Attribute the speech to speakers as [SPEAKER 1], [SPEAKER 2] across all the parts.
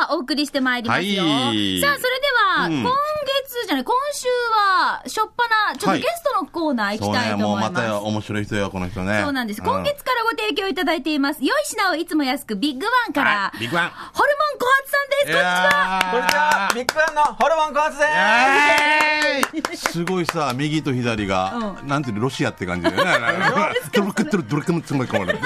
[SPEAKER 1] はお送りしてまいりますよ。
[SPEAKER 2] はい
[SPEAKER 1] さあ、それでは、
[SPEAKER 2] うん
[SPEAKER 1] 今月じゃない、今週は、しょっぱな、ちょっ
[SPEAKER 2] は
[SPEAKER 1] と
[SPEAKER 2] い
[SPEAKER 1] ゲストのコーナー行
[SPEAKER 2] そ
[SPEAKER 1] き
[SPEAKER 2] う
[SPEAKER 1] た
[SPEAKER 2] ね、
[SPEAKER 1] いと
[SPEAKER 2] もう
[SPEAKER 1] 思います。
[SPEAKER 2] またよ面白い人よ、この人ね。
[SPEAKER 1] そうなんです。今
[SPEAKER 2] う
[SPEAKER 1] 月からご提供いただいています。良い品をいつも安く、ビッグワンか
[SPEAKER 2] は
[SPEAKER 1] ら、
[SPEAKER 2] いビッグワン
[SPEAKER 1] ホルモン小発さんです。こんにちは。
[SPEAKER 3] こんにちは、ビッグバンのホルモンコーツです。
[SPEAKER 2] んすごいさ、右と左が、なんていうのロシアって感じだよね。 ドルクドルドルクムツムコムル。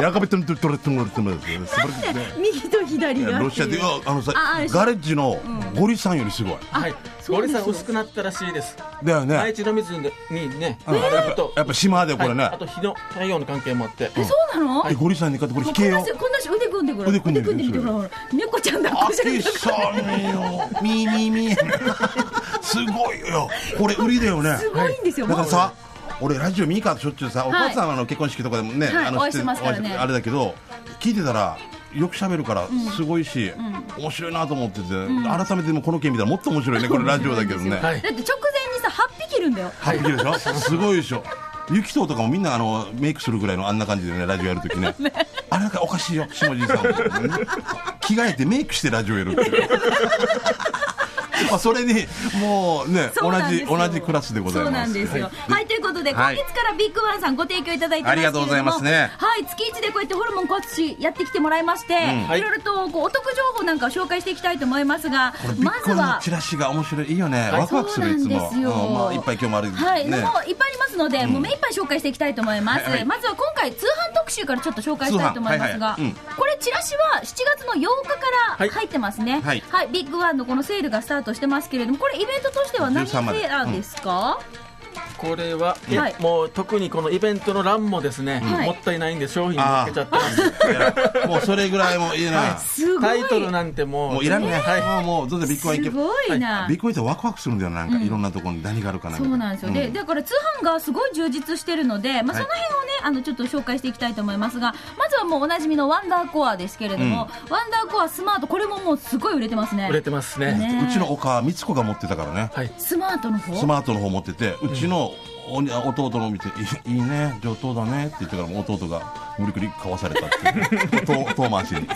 [SPEAKER 2] やかべてるドルドルツムツムツム。
[SPEAKER 1] 右と左が。
[SPEAKER 2] ロシアで、いやあのさ
[SPEAKER 1] ああれ、
[SPEAKER 2] ガレッジのゴリさんよりすごい。
[SPEAKER 3] はい、ゴリさん薄くなったらしいです。
[SPEAKER 2] だよ
[SPEAKER 3] 第
[SPEAKER 2] ね。
[SPEAKER 3] 一の水にね、
[SPEAKER 2] うんやっ
[SPEAKER 3] あと
[SPEAKER 2] ぱ、やっぱ島でこれ
[SPEAKER 3] は
[SPEAKER 2] ね
[SPEAKER 3] いあ。と日の太陽の関係もあって。
[SPEAKER 1] えそうなの、
[SPEAKER 2] えゴリさんに買ってこれ引け
[SPEAKER 1] こん
[SPEAKER 2] よ
[SPEAKER 1] な。し、こんなし、腕組んでくれ。
[SPEAKER 2] 腕組んでる
[SPEAKER 1] みてほら、ほら。猫ちゃんだ、
[SPEAKER 2] あ
[SPEAKER 1] こじゃな
[SPEAKER 2] き
[SPEAKER 1] い
[SPEAKER 2] さんよ。み みみ。すごいよ。これ売りだよね。
[SPEAKER 1] すごいんですよ、
[SPEAKER 2] だ
[SPEAKER 1] も
[SPEAKER 2] から
[SPEAKER 1] う。
[SPEAKER 2] さ、俺ラジオミカとしょっちゅうさ、お母さんはあの結婚式とかでもね、
[SPEAKER 1] はい
[SPEAKER 2] あの
[SPEAKER 1] お会いしてますからね
[SPEAKER 2] 知ってるあれだけど、聞いてたら。よく喋るからすごいし、面白いなと思ってて、改めてもこの件見たらもっと面白いねこれラジオだけどね、
[SPEAKER 3] はい
[SPEAKER 1] だって直前にさ、8匹いるんだよ。
[SPEAKER 2] はい、でしょすごいでしょゆきとうとかもみんなあのメイクするぐらいのあんな感じでねラジオやるときねあれなんかおかしいよ下地さんも着替えてメイクしてラジオやるって いうまあそれにもうね
[SPEAKER 1] そう
[SPEAKER 2] 同
[SPEAKER 1] なんで
[SPEAKER 2] じ
[SPEAKER 1] すよ
[SPEAKER 2] 同じクラスでございま
[SPEAKER 1] そうなん
[SPEAKER 2] す
[SPEAKER 1] ですよ。はい、ということで、
[SPEAKER 2] はい
[SPEAKER 1] 今月からビッグワンさんご提供いただいてますけれども
[SPEAKER 2] ありがとうございますね
[SPEAKER 1] はい、月一でこうやってホルモン小しやってきてもらいまして、
[SPEAKER 3] ん
[SPEAKER 1] いろいろとこうお得情報なんかを紹介していきたいと思いますが
[SPEAKER 2] これ、ビ
[SPEAKER 1] ま
[SPEAKER 2] ッ
[SPEAKER 1] ず
[SPEAKER 2] グワン
[SPEAKER 1] は
[SPEAKER 2] のチ。ラシが面白いいいよね、ワクワクするい
[SPEAKER 1] そ
[SPEAKER 2] つ
[SPEAKER 1] うなん
[SPEAKER 2] も
[SPEAKER 1] ですよ
[SPEAKER 2] うんまあいっぱい今日もある
[SPEAKER 1] はい、も
[SPEAKER 2] ね
[SPEAKER 1] ういっぱいありますので、もう目いっぱい紹介していきたいと思います、
[SPEAKER 2] はいはい
[SPEAKER 1] まずは今回通販特集からちょっと紹介したいと思いますが、
[SPEAKER 2] 通販はいはいうん
[SPEAKER 1] これチラシは7月の8日か
[SPEAKER 3] は
[SPEAKER 1] ら
[SPEAKER 3] い
[SPEAKER 1] 入ってますねは
[SPEAKER 2] はいい、
[SPEAKER 1] ビッグワンのこのセールがスタートしてますけれどもこれイベントとしては何セ
[SPEAKER 2] 13まで
[SPEAKER 1] ールですか、
[SPEAKER 3] これは、え
[SPEAKER 1] はい
[SPEAKER 3] もう特にこのイベントの欄もですね、
[SPEAKER 1] はい
[SPEAKER 3] もったいないんで商品につけちゃってます。
[SPEAKER 2] いやもうそれぐらいもいいな、
[SPEAKER 1] すごい
[SPEAKER 3] タイトルなんてもう、
[SPEAKER 2] もういらんね、
[SPEAKER 3] はい
[SPEAKER 2] もうもうどうせビッグワン行け
[SPEAKER 1] すごいな、
[SPEAKER 2] ビッグワンってワクワクするんだよななんか、いろんなところに何があるかなみ
[SPEAKER 1] そ
[SPEAKER 2] たいう
[SPEAKER 1] なんですよ、でだから通販がすごい充実してるので、まあ、その
[SPEAKER 2] はい
[SPEAKER 1] 辺をね、あのちょっと紹介していきたいと思いますがまずはもうおなじみのワンダーコアですけれども、ワンダーコアスマートこれももうすごい売れてますね
[SPEAKER 3] 売れてますね。
[SPEAKER 1] ね
[SPEAKER 2] うちのお母美津子が持ってたからね、
[SPEAKER 3] はい。
[SPEAKER 1] スマートの方
[SPEAKER 2] スマートの方持っててうちのおに弟のを見て「いいいね上等だね」って言ってからもう弟が無理くり買わされたっていう 遠遠回しに
[SPEAKER 1] い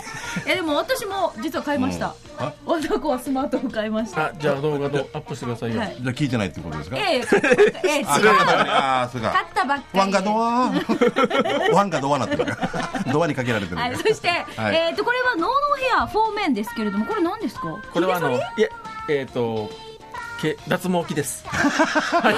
[SPEAKER 1] やでも私も実は買いました、
[SPEAKER 2] うんあ
[SPEAKER 1] ワンダーコアスマートを買いました
[SPEAKER 3] あ、じゃあ動画とアップしてくださいよ。
[SPEAKER 1] はい
[SPEAKER 2] じゃあ聞いてないってことですか
[SPEAKER 1] ええ買ったばっかええ違う
[SPEAKER 2] あそういうことねあーそうか
[SPEAKER 1] 買ったばっかり
[SPEAKER 2] ワンガドワーワンガドワなってるからドアにかけられてるか
[SPEAKER 1] は
[SPEAKER 2] ら
[SPEAKER 1] い、そして、
[SPEAKER 2] はい
[SPEAKER 1] えっ、とこれはノーノーヘアフォーメンですけれどもこれ何ですか
[SPEAKER 3] これはあの、いえ、えっ、と、け脱毛器です。はい。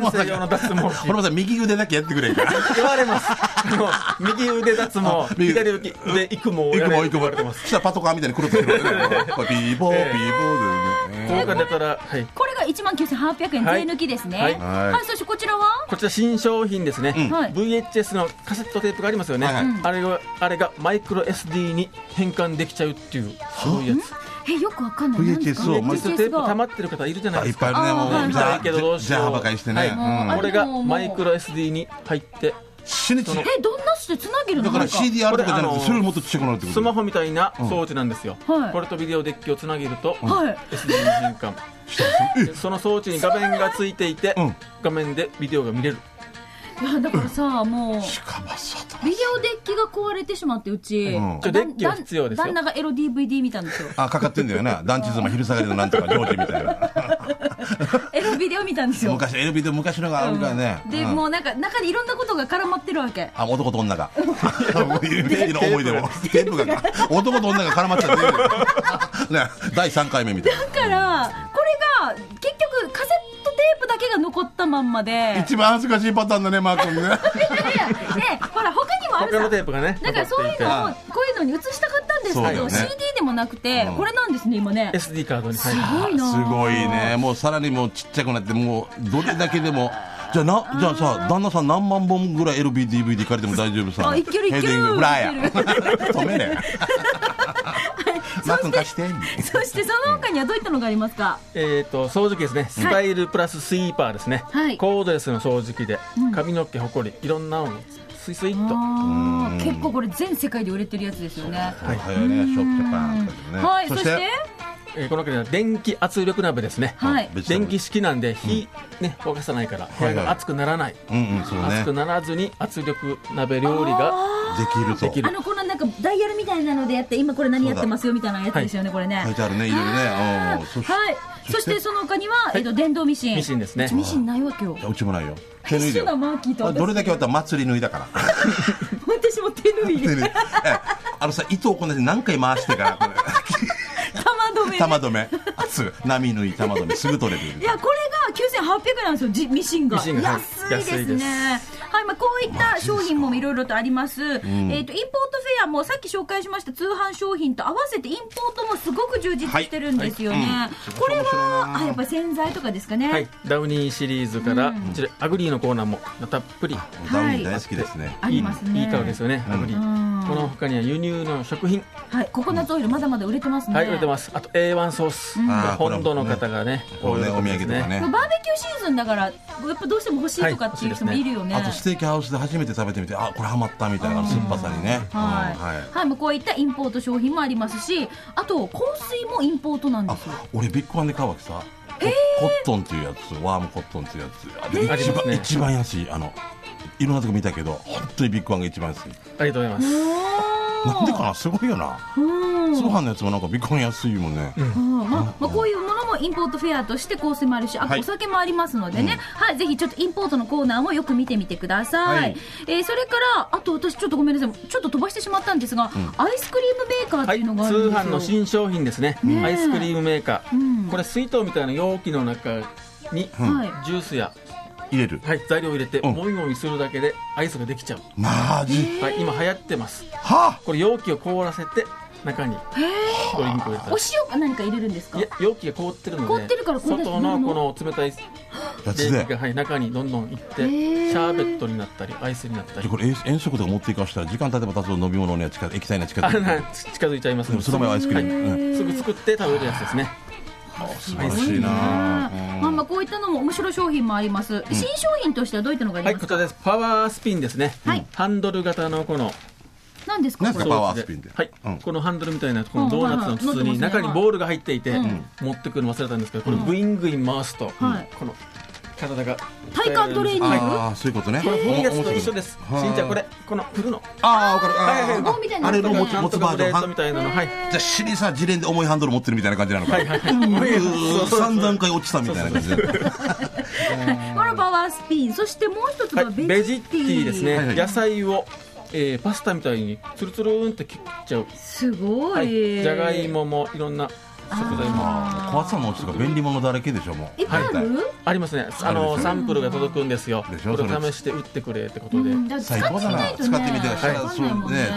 [SPEAKER 3] 男性用の脱毛器
[SPEAKER 2] こ。れまた右腕だけやってくれから
[SPEAKER 3] 言われます。 あの右腕脱
[SPEAKER 2] あ
[SPEAKER 3] 毛、
[SPEAKER 2] 右
[SPEAKER 3] 左腕育毛を
[SPEAKER 2] 行
[SPEAKER 3] や
[SPEAKER 2] くも
[SPEAKER 3] れ
[SPEAKER 2] 行
[SPEAKER 3] って
[SPEAKER 2] く
[SPEAKER 3] 言
[SPEAKER 2] も
[SPEAKER 3] われてます。
[SPEAKER 2] そしたらパトカーみたいに黒くしてくるからねこれピーボーピーボーでね
[SPEAKER 3] 効果出たら、はい。
[SPEAKER 1] これが1万9800円税
[SPEAKER 3] はい
[SPEAKER 1] 抜きですねは、
[SPEAKER 3] はいい
[SPEAKER 2] はい
[SPEAKER 1] そしてこちらは
[SPEAKER 3] こちら新商品ですね、
[SPEAKER 1] んはい
[SPEAKER 3] VHS のカセットテープがありますよね、
[SPEAKER 2] はいはい
[SPEAKER 3] あれがあれがマイクロ SD に変換できちゃうっていうそういうやつ
[SPEAKER 1] えよくわかんない
[SPEAKER 2] VHS を
[SPEAKER 1] マ
[SPEAKER 2] マ
[SPEAKER 1] イ
[SPEAKER 2] イ
[SPEAKER 3] カ
[SPEAKER 1] クロ
[SPEAKER 2] ク
[SPEAKER 3] セットテープ溜まってる方いるじゃない
[SPEAKER 2] あい
[SPEAKER 3] で
[SPEAKER 2] っ
[SPEAKER 3] すか
[SPEAKER 2] ぱいあるね
[SPEAKER 1] あー
[SPEAKER 2] も
[SPEAKER 1] は
[SPEAKER 2] う
[SPEAKER 1] い
[SPEAKER 2] じゃ
[SPEAKER 3] だけどどうしよう
[SPEAKER 2] じゃあばかりして
[SPEAKER 3] は
[SPEAKER 2] ね
[SPEAKER 3] い
[SPEAKER 1] もう
[SPEAKER 2] うん
[SPEAKER 3] これ
[SPEAKER 1] あれでも
[SPEAKER 3] が
[SPEAKER 1] もう
[SPEAKER 3] マイクロ SD に入って
[SPEAKER 2] 死につだ
[SPEAKER 1] えどんなしてつなげるの
[SPEAKER 2] から
[SPEAKER 1] なん
[SPEAKER 2] CDR とかじゃな
[SPEAKER 3] こ
[SPEAKER 2] く
[SPEAKER 3] れあ
[SPEAKER 2] て
[SPEAKER 3] の
[SPEAKER 2] それもっとちっちゃくなるってこと
[SPEAKER 3] スマホみたいな装置なんですよ、
[SPEAKER 1] うんはい
[SPEAKER 3] これとビデオデッキをつなげると、
[SPEAKER 1] はい
[SPEAKER 3] SD に変換で その装置に画面がついていて、
[SPEAKER 2] うん
[SPEAKER 3] 画面でビデオが見れる
[SPEAKER 1] いやだからさもう
[SPEAKER 2] しかもさ
[SPEAKER 1] ビデオデッキが壊れてしまってうち、
[SPEAKER 2] うん
[SPEAKER 3] ちょデッキは必要ですよ
[SPEAKER 1] 旦那がエロ DVD 見たん ですよ
[SPEAKER 2] あかかってんだよな団地妻昼下がりのなんとか料理みたいな
[SPEAKER 1] エロビデオ見たんですよ
[SPEAKER 2] 昔 LB で昔のがあるからね
[SPEAKER 1] で、
[SPEAKER 2] うん
[SPEAKER 1] もうなんか中にいろんなことが絡まってるわけ
[SPEAKER 2] あ男と女がもう有名人の思い出もテープが男と女が絡まっちゃってね第3回目みたい
[SPEAKER 1] だからこれが結局カセットテープだけが残ったまんまで
[SPEAKER 2] な一番恥ずかしいパターンだねマー君ね
[SPEAKER 1] でほら他にもある
[SPEAKER 3] 他
[SPEAKER 1] さ
[SPEAKER 3] のテープがね
[SPEAKER 1] だからそういうのをこういうのに移したかったんです
[SPEAKER 2] そう
[SPEAKER 1] け
[SPEAKER 2] だ
[SPEAKER 1] ど、
[SPEAKER 2] よね
[SPEAKER 1] CD でもなくて、
[SPEAKER 2] うん
[SPEAKER 1] これなんですね今ね
[SPEAKER 3] SD カードに入
[SPEAKER 1] す
[SPEAKER 3] る
[SPEAKER 1] ごいな
[SPEAKER 2] すごいねもうさらにもうちっちゃくなってもうどれだけでもじゃあなじゃあさ旦那さん何万本ぐらい LBDVD 借りても大丈夫さ
[SPEAKER 1] あいけるいける
[SPEAKER 2] ヘディングフライヤ
[SPEAKER 1] いける
[SPEAKER 2] ー止めねマー君貸して
[SPEAKER 1] そしてその他にはどういったのがありますか
[SPEAKER 3] えー、と掃除機ですね、スタイルプラススイーパーですね、
[SPEAKER 1] はい
[SPEAKER 3] コードレスの掃除機で、髪の毛、ほこり、いろんなのをスイスイっと、
[SPEAKER 1] あー結構これ全世界で売れてるやつですよね
[SPEAKER 2] はいはいねショップジャパンとかでもね
[SPEAKER 1] はいそして
[SPEAKER 3] えーこの中には電気圧力鍋ですね、
[SPEAKER 1] はい
[SPEAKER 2] 別に
[SPEAKER 3] 電気式なんで、火、ね、沸かさないから、部屋が熱くならない、
[SPEAKER 2] うんうんそうね
[SPEAKER 3] 熱くならずに圧力鍋料理が
[SPEAKER 2] できると
[SPEAKER 3] できる
[SPEAKER 1] あのこのなんかダイヤルみたいなのでやって今これ何やってますよみたいなやつですよね、これね
[SPEAKER 2] 書いてあるねいろいろ
[SPEAKER 1] あ
[SPEAKER 2] ね
[SPEAKER 1] ー
[SPEAKER 2] うんそし
[SPEAKER 1] はいそしてその他には、えっと、電動ミシン
[SPEAKER 3] ミシンですね
[SPEAKER 1] うちミシンないわけよ
[SPEAKER 2] いやうちもないよ手縫い
[SPEAKER 1] 一
[SPEAKER 2] だ
[SPEAKER 1] 緒だ
[SPEAKER 2] よ
[SPEAKER 1] マーキーと
[SPEAKER 2] あ
[SPEAKER 1] 私
[SPEAKER 2] どれだけやったら祭り縫いだから
[SPEAKER 1] 私も手縫い
[SPEAKER 2] 手縫いえあのさ糸をこんなに何回回してからこれ
[SPEAKER 1] 玉止め
[SPEAKER 2] 玉止めあすぐ波縫い玉止めすぐ取れる
[SPEAKER 1] いやこれが9800円なんですよじミシンが
[SPEAKER 3] ミシンがはい
[SPEAKER 1] 安いですね
[SPEAKER 3] 安いです
[SPEAKER 1] はいまあ、こういった商品もいろいろとあります、えっ、とインポートフェアもさっき紹介しました通販商品と合わせてインポートもすごく充実してるんですよね、これはあやっぱり洗剤とかですかね、
[SPEAKER 3] はい、ダウニーシリーズから、こちらアグリーのコーナーもたっぷり
[SPEAKER 2] ダウニー大好きですね
[SPEAKER 1] あ
[SPEAKER 3] い
[SPEAKER 1] り
[SPEAKER 3] い
[SPEAKER 1] ますね
[SPEAKER 3] いい香りですよね、アグリー
[SPEAKER 1] うん
[SPEAKER 3] この他には輸入の食品、
[SPEAKER 1] はい、ココナッツオイルまだまだ売れてますね、
[SPEAKER 3] はい売れてますあと A1 ソース、
[SPEAKER 2] ん
[SPEAKER 3] これ
[SPEAKER 2] あーこれ
[SPEAKER 3] 本土の方がね
[SPEAKER 2] これねお土産
[SPEAKER 1] こ
[SPEAKER 2] とかね
[SPEAKER 1] れバーベキューシーズンだからやっぱどうしても欲しいとかっていう人もいるよね、
[SPEAKER 2] あとステーキハウスで初めて食べてみてあこれハマったみたいなあの酸っぱさにねうん
[SPEAKER 1] はい、
[SPEAKER 2] はい
[SPEAKER 1] はい、もうこういったインポート商品もありますし、あと香水もインポートなんで
[SPEAKER 2] あ
[SPEAKER 1] すよ。
[SPEAKER 2] 俺ビッグワンで買うわけさココットンっていうやつワームコットンっていうやつあれ
[SPEAKER 3] ー
[SPEAKER 2] 一
[SPEAKER 3] あります
[SPEAKER 2] 番
[SPEAKER 3] ね
[SPEAKER 2] 一番安いあのいろんなとこ見たけど本当にビッグワンが一番安い
[SPEAKER 3] ありがとうございます
[SPEAKER 2] なんでか
[SPEAKER 1] お
[SPEAKER 2] なすごいよな
[SPEAKER 1] ーうん。
[SPEAKER 2] 通販のやつもなんかビッグワン安いもんね
[SPEAKER 1] うんまあまあ、こういうものもインポートフェアとして香水もあるしあ
[SPEAKER 2] は
[SPEAKER 1] と
[SPEAKER 2] い
[SPEAKER 1] お酒もありますのでね、はいぜひちょっとインポートのコーナーもよく見てみてください、
[SPEAKER 2] はい
[SPEAKER 1] えーそれからあと私ちょっとごめんなさいちょっと飛ばしてしまったんですが、アイスクリームメーカーって
[SPEAKER 3] はいい、
[SPEAKER 1] う
[SPEAKER 3] 通
[SPEAKER 1] のがあるんですよ、
[SPEAKER 3] 販の新商品ですね、
[SPEAKER 1] ねえ
[SPEAKER 3] アイスクリームメーカー、
[SPEAKER 1] うん
[SPEAKER 3] これ水筒みたいな容器の中に、
[SPEAKER 1] はい
[SPEAKER 3] ジュースや、
[SPEAKER 2] 入れる
[SPEAKER 3] はい、材料を入れて
[SPEAKER 2] うん
[SPEAKER 3] もみもみするだけでアイスができちゃう、
[SPEAKER 2] マジ
[SPEAKER 3] はい、今流行ってます
[SPEAKER 2] は
[SPEAKER 3] これ容器を凍らせて中にドリンクを入れた
[SPEAKER 1] お塩か何か入れるんですか
[SPEAKER 3] いや容器が凍ってるので
[SPEAKER 1] 凍ってるからこれだけ
[SPEAKER 3] 外のこの冷たい
[SPEAKER 2] あや
[SPEAKER 3] 冷
[SPEAKER 2] つ
[SPEAKER 3] 気
[SPEAKER 2] で
[SPEAKER 3] が、はい、中にどんどんいってシ
[SPEAKER 1] ー
[SPEAKER 3] ャーベットになったりアイスになった
[SPEAKER 2] で
[SPEAKER 3] り
[SPEAKER 2] これ遠遠足とか持っていかしたら時間経てば経つほど飲み物には近液体には近
[SPEAKER 3] あ
[SPEAKER 2] づいてく
[SPEAKER 3] な
[SPEAKER 2] る
[SPEAKER 3] 近づいちゃいます
[SPEAKER 2] でもその前はアイスクリーム
[SPEAKER 1] へ
[SPEAKER 2] うん
[SPEAKER 1] ー
[SPEAKER 3] すぐ作って食べるやつですね
[SPEAKER 2] 素
[SPEAKER 1] す
[SPEAKER 2] 晴ら
[SPEAKER 1] ご
[SPEAKER 2] しいな
[SPEAKER 1] まあまあこういったのも面白い商品もあります、新商品としてはどういったのがあ
[SPEAKER 3] は
[SPEAKER 1] り
[SPEAKER 3] い
[SPEAKER 1] ます
[SPEAKER 3] こ
[SPEAKER 1] か、
[SPEAKER 3] ちらですパワースピンですね、
[SPEAKER 1] はい
[SPEAKER 3] ハンドル型のこの
[SPEAKER 1] 何です
[SPEAKER 2] な
[SPEAKER 1] かこ
[SPEAKER 2] んか
[SPEAKER 1] れ
[SPEAKER 2] パワースピンで
[SPEAKER 3] はい
[SPEAKER 2] うん
[SPEAKER 3] このハンドルみたいなこのドーナツの筒
[SPEAKER 1] う
[SPEAKER 3] に
[SPEAKER 1] ん
[SPEAKER 3] 中にボールが入っていて、
[SPEAKER 1] うん
[SPEAKER 3] 持ってくるの忘れたんですけどこれグイングイン回すと、
[SPEAKER 1] はい
[SPEAKER 3] この体が
[SPEAKER 1] 体幹トレーニング
[SPEAKER 3] はい
[SPEAKER 2] ああそういうことね
[SPEAKER 3] この振りやつと一緒ですすしんちゃんこれこの振るの
[SPEAKER 2] ああわかる
[SPEAKER 3] はいはいはい
[SPEAKER 2] あー
[SPEAKER 1] 棒みたいな
[SPEAKER 2] あれの持
[SPEAKER 1] ち
[SPEAKER 2] つ
[SPEAKER 1] ょ
[SPEAKER 2] 持
[SPEAKER 1] っ
[SPEAKER 2] つ
[SPEAKER 3] バ
[SPEAKER 2] バー
[SPEAKER 3] ー
[SPEAKER 2] ジ
[SPEAKER 3] ジ
[SPEAKER 2] ョン
[SPEAKER 3] ョ
[SPEAKER 2] は
[SPEAKER 3] ンみたいなのはい
[SPEAKER 2] じゃあ尻さジレンで重いハンドル持ってるみたいな感じなのか
[SPEAKER 3] はい
[SPEAKER 2] な
[SPEAKER 3] はいはいそうそう
[SPEAKER 2] 3段階落ちたみたいな感じで
[SPEAKER 1] このパワースピンそしてもう一つ
[SPEAKER 3] は
[SPEAKER 1] が
[SPEAKER 3] い、ベ
[SPEAKER 1] ベジ
[SPEAKER 3] ジ
[SPEAKER 1] ッ
[SPEAKER 3] テ
[SPEAKER 1] テ
[SPEAKER 3] ィ
[SPEAKER 1] ィ
[SPEAKER 3] ーです
[SPEAKER 2] はいは
[SPEAKER 3] ね
[SPEAKER 2] い
[SPEAKER 3] 野菜を、えーパスタみたいにツルツルーンって切っちゃう、
[SPEAKER 1] すごい、
[SPEAKER 3] はい、じゃがいももいろんな食材も
[SPEAKER 1] あー
[SPEAKER 2] 小松さんのお家とか便利物だらけでしょもう
[SPEAKER 1] いっぱいある、
[SPEAKER 3] ありますねあ
[SPEAKER 2] あるでしょ
[SPEAKER 3] のサンプルが届くんですよ
[SPEAKER 2] でしょ
[SPEAKER 3] これ
[SPEAKER 2] それ
[SPEAKER 3] 試して打ってくれってこ
[SPEAKER 1] う
[SPEAKER 3] とで、
[SPEAKER 1] んだから
[SPEAKER 2] 最
[SPEAKER 1] 使って
[SPEAKER 2] 高だ
[SPEAKER 1] みな
[SPEAKER 2] ない
[SPEAKER 1] と
[SPEAKER 2] 使ってみ
[SPEAKER 1] ね
[SPEAKER 2] て
[SPEAKER 1] 分かんないもんね
[SPEAKER 2] ねそういうね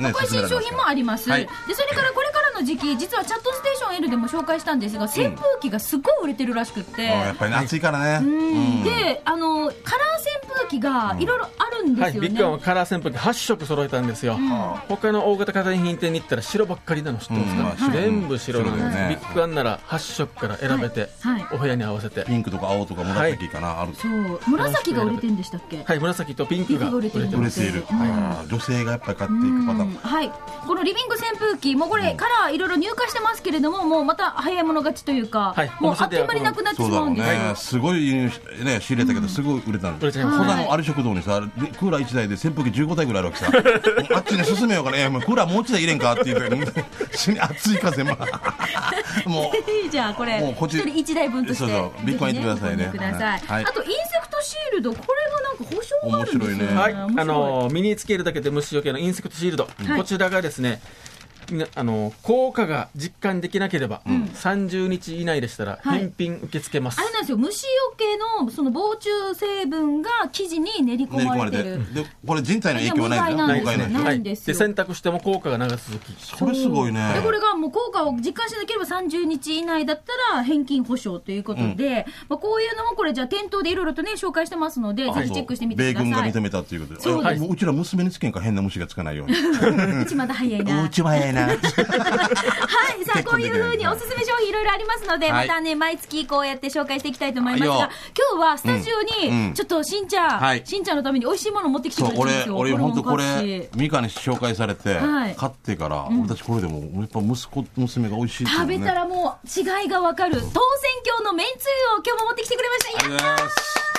[SPEAKER 1] まあこういう新商品もあります、
[SPEAKER 2] はい
[SPEAKER 1] でそれからこれからの時期実はチャットステーション L でも紹介したんですが扇風機がすごい売れてるらしくって、
[SPEAKER 2] あーやっぱりね暑いからねうん
[SPEAKER 1] であのカラー扇風機がいろいろあるんで
[SPEAKER 3] は
[SPEAKER 1] す
[SPEAKER 3] い、
[SPEAKER 1] よ
[SPEAKER 3] ビ
[SPEAKER 1] ね、
[SPEAKER 3] ッグワンはカラー扇風機8色揃えたんですよ、他の大型家電品店に行ったら白ばっかりなの知ってます
[SPEAKER 2] うんま
[SPEAKER 3] か
[SPEAKER 2] あ、白
[SPEAKER 3] 全部白なんです、
[SPEAKER 2] 白だよね
[SPEAKER 3] ビッグワンなら8色から選べて、
[SPEAKER 1] はいはい
[SPEAKER 3] お部屋に合わせて、
[SPEAKER 2] ピンクとか青とか紫かなある
[SPEAKER 1] そう紫が売れてんでしたっけ、
[SPEAKER 3] はい、紫とピンクが売れて
[SPEAKER 1] ピンクが
[SPEAKER 3] ま
[SPEAKER 2] 売
[SPEAKER 3] す
[SPEAKER 2] れているあー女性がやっぱり買っていくパターン
[SPEAKER 1] はい、このリビング扇風機、もうこれ、カラーいろいろ入荷してますけれども、もうまた早い者勝ちというか、
[SPEAKER 3] はい
[SPEAKER 1] もう
[SPEAKER 3] お
[SPEAKER 1] あ
[SPEAKER 3] 店
[SPEAKER 1] っ
[SPEAKER 3] で
[SPEAKER 1] とい
[SPEAKER 3] は
[SPEAKER 1] う間になくなって
[SPEAKER 2] そ
[SPEAKER 1] し
[SPEAKER 2] う
[SPEAKER 1] ま
[SPEAKER 2] だろ
[SPEAKER 1] う
[SPEAKER 2] うん
[SPEAKER 1] ですよ。
[SPEAKER 2] ねすごい輸入しね仕入れたけどすごい売れたん
[SPEAKER 3] 売れ
[SPEAKER 2] で
[SPEAKER 3] ち
[SPEAKER 2] す
[SPEAKER 3] ゃい
[SPEAKER 2] こ
[SPEAKER 3] ます
[SPEAKER 2] んなのある食堂にさでクーラー1台で扇風機15台ぐらいあるわけさあっちに進めようかねいやもうクーラーもう1台入れんかって言ってうん死に 暑い風ま あもう
[SPEAKER 1] いいじゃんこれ
[SPEAKER 2] もうこっち
[SPEAKER 1] 一人一台分として
[SPEAKER 2] そうそうビッグワン行ってくださいね
[SPEAKER 1] ぜひご購入ください
[SPEAKER 2] はい
[SPEAKER 1] あとインセクトシールドこれがなんか保証があるんですよね
[SPEAKER 2] 面白いね
[SPEAKER 3] はい、
[SPEAKER 1] 面白
[SPEAKER 3] あのー身につけるだけで虫除けのインセクトシールド、
[SPEAKER 1] はい
[SPEAKER 3] こちらがですね、みなあのー効果が実感できなければ、30日以内でしたら
[SPEAKER 1] はい
[SPEAKER 3] 返品受け付けます。
[SPEAKER 1] あれなんですよ虫除けのその防虫成分が生地に練り
[SPEAKER 2] 練
[SPEAKER 1] 込
[SPEAKER 2] り込
[SPEAKER 1] ま
[SPEAKER 2] ま
[SPEAKER 1] れ
[SPEAKER 2] れ
[SPEAKER 1] て
[SPEAKER 2] て
[SPEAKER 1] る
[SPEAKER 2] でこれ人体の影響はないんだ
[SPEAKER 1] い
[SPEAKER 2] よ
[SPEAKER 1] や
[SPEAKER 2] 誤
[SPEAKER 1] 無害
[SPEAKER 2] 解
[SPEAKER 1] な
[SPEAKER 2] なんい
[SPEAKER 1] です
[SPEAKER 2] で
[SPEAKER 1] よ
[SPEAKER 2] し
[SPEAKER 1] な
[SPEAKER 2] ょ
[SPEAKER 1] ん
[SPEAKER 3] はいい、
[SPEAKER 1] でよ
[SPEAKER 3] です洗濯しても効果が長続き。
[SPEAKER 2] これすごいね
[SPEAKER 1] でこれがもう効果を実感しなければ30日以内だったら返金保証ということで、まあ、こういうのもこれじゃあ店頭でいろいろとね紹介してますのでぜひチェックしてみてくだ
[SPEAKER 2] 米軍
[SPEAKER 1] さ
[SPEAKER 2] が
[SPEAKER 1] い
[SPEAKER 2] 認めたということで
[SPEAKER 1] そう
[SPEAKER 3] です
[SPEAKER 2] あもううちら娘につけんから変な虫がつかないように
[SPEAKER 1] うちまだ早いな
[SPEAKER 2] うちはええな
[SPEAKER 1] はい、さあ、
[SPEAKER 2] 結構
[SPEAKER 1] こういうふうに
[SPEAKER 2] 出てる
[SPEAKER 1] おすすめ商品いろいろありますので、
[SPEAKER 2] は
[SPEAKER 1] ま
[SPEAKER 2] い
[SPEAKER 1] たね、毎月こうやって紹介していきたいと思います
[SPEAKER 2] はい
[SPEAKER 1] が
[SPEAKER 2] よ、
[SPEAKER 1] 今日はスタジオ
[SPEAKER 2] うんう
[SPEAKER 1] に、
[SPEAKER 2] ん
[SPEAKER 1] ちょっとしんちゃ
[SPEAKER 2] は
[SPEAKER 1] ん
[SPEAKER 2] い、
[SPEAKER 1] しんちゃんのために美味しいもの持ってきてく
[SPEAKER 2] そ
[SPEAKER 1] れ
[SPEAKER 2] う
[SPEAKER 1] てるんで
[SPEAKER 2] 俺
[SPEAKER 1] すよ。
[SPEAKER 2] 俺本当こ
[SPEAKER 1] もお菓
[SPEAKER 2] れ
[SPEAKER 1] 子
[SPEAKER 2] ミカに紹介されて
[SPEAKER 1] はい
[SPEAKER 2] 買ってから俺たちこれでもやっぱ息子娘が美味しいっていう
[SPEAKER 1] 食
[SPEAKER 2] ね
[SPEAKER 1] べたらもう違いがわかる、当選郷のめんつゆを今日も持ってきてくれました。い
[SPEAKER 2] あり
[SPEAKER 1] や
[SPEAKER 2] がとうございます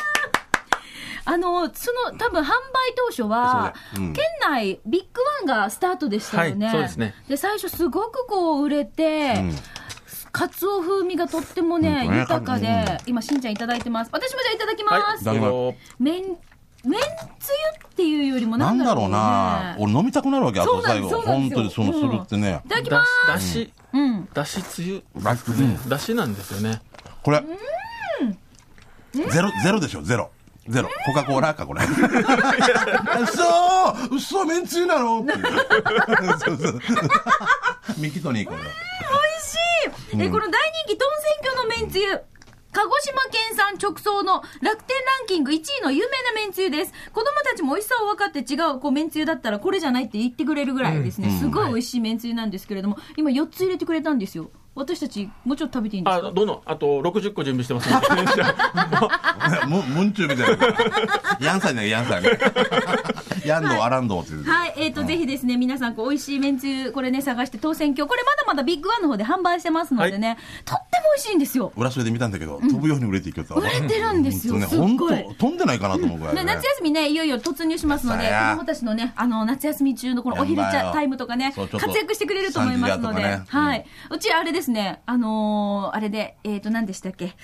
[SPEAKER 1] あの、その、多分販売当初は、
[SPEAKER 2] そうだうん
[SPEAKER 1] 県内、ビッグワンがスタートでしたよね。
[SPEAKER 3] はいそうですね
[SPEAKER 1] 最初、すごくこう、売れて、
[SPEAKER 2] ん
[SPEAKER 1] カツオ風味がとってもね、
[SPEAKER 2] 本当ね
[SPEAKER 1] 豊かで、
[SPEAKER 2] う
[SPEAKER 1] 今、しんちゃんいただいてます。私もじゃあいただきます。
[SPEAKER 2] だ
[SPEAKER 3] どうぞ
[SPEAKER 1] めん、めんつゆっていうよりも
[SPEAKER 2] な
[SPEAKER 1] なんん
[SPEAKER 2] だ
[SPEAKER 1] だ
[SPEAKER 2] ろ
[SPEAKER 1] ろ
[SPEAKER 2] う
[SPEAKER 1] う
[SPEAKER 2] な
[SPEAKER 1] な、
[SPEAKER 2] 俺飲みたくなるわけ、あ
[SPEAKER 1] そう
[SPEAKER 2] と
[SPEAKER 1] なん
[SPEAKER 2] 最
[SPEAKER 1] ですそう
[SPEAKER 2] 後、
[SPEAKER 1] なん
[SPEAKER 2] 本
[SPEAKER 1] ですよ
[SPEAKER 2] 当にそのするってね
[SPEAKER 1] い。ただきま
[SPEAKER 3] だ
[SPEAKER 1] ーす。
[SPEAKER 3] だし、
[SPEAKER 1] うん。
[SPEAKER 3] だしつゆ、
[SPEAKER 2] ラスクね
[SPEAKER 3] だしなんですよね。
[SPEAKER 2] これ、ゼロ、ゼロでしょ、ゼロ。ゼロ。コカ・コーラか、これ。嘘嘘めんつゆなのっていう。そうそう。ミキトニーこれ。
[SPEAKER 1] 美味しい、えこの大人気トンセンキョのめんつゆ鹿児島県産直送の楽天ランキング1位の有名なめんつゆです子供たちも美味しさを分かって違うこうめんつゆだったらこれじゃないって言ってくれるぐらいですね、すごい美味しいめんつゆなんですけれども今4つ入れてくれたんですよ私たちもうちょっと食べていいんです
[SPEAKER 3] あ、
[SPEAKER 1] か
[SPEAKER 3] どの、あと60個準備してます ので
[SPEAKER 2] む、むんちゅうみたいな。ヤンさんだよ、ヤンさんね。ヤンドー、アランドーって言う。
[SPEAKER 1] はい、えーと、ぜひですね、皆さん、こう、美味しいめんつゆ、これね、探して、当選挙、これまだまだビッグワンの方で販売してますのでね、とっても美味しいんですよ。
[SPEAKER 2] 裏袖で見たんだけど、飛ぶように売れていくよ
[SPEAKER 1] 売れてるんですよ
[SPEAKER 2] ね、
[SPEAKER 1] すっごい
[SPEAKER 2] 本当飛んでないかなと思うぐらい
[SPEAKER 1] ね、
[SPEAKER 2] ね。
[SPEAKER 1] 夏休みね、いよいよ突入しますので、
[SPEAKER 2] さ
[SPEAKER 1] 子
[SPEAKER 2] あ
[SPEAKER 1] 供たちのね、あの、夏休み中のこのお昼
[SPEAKER 2] 頑張
[SPEAKER 1] 茶
[SPEAKER 2] ろう
[SPEAKER 1] タイムとかね、
[SPEAKER 2] そうちょ
[SPEAKER 1] 活
[SPEAKER 2] っと
[SPEAKER 1] 躍してくれると思いますので、
[SPEAKER 2] サンジェリアとかねうん
[SPEAKER 1] はい。うち、あれですね、あのーあれで、えっ、と、何でしたっけ、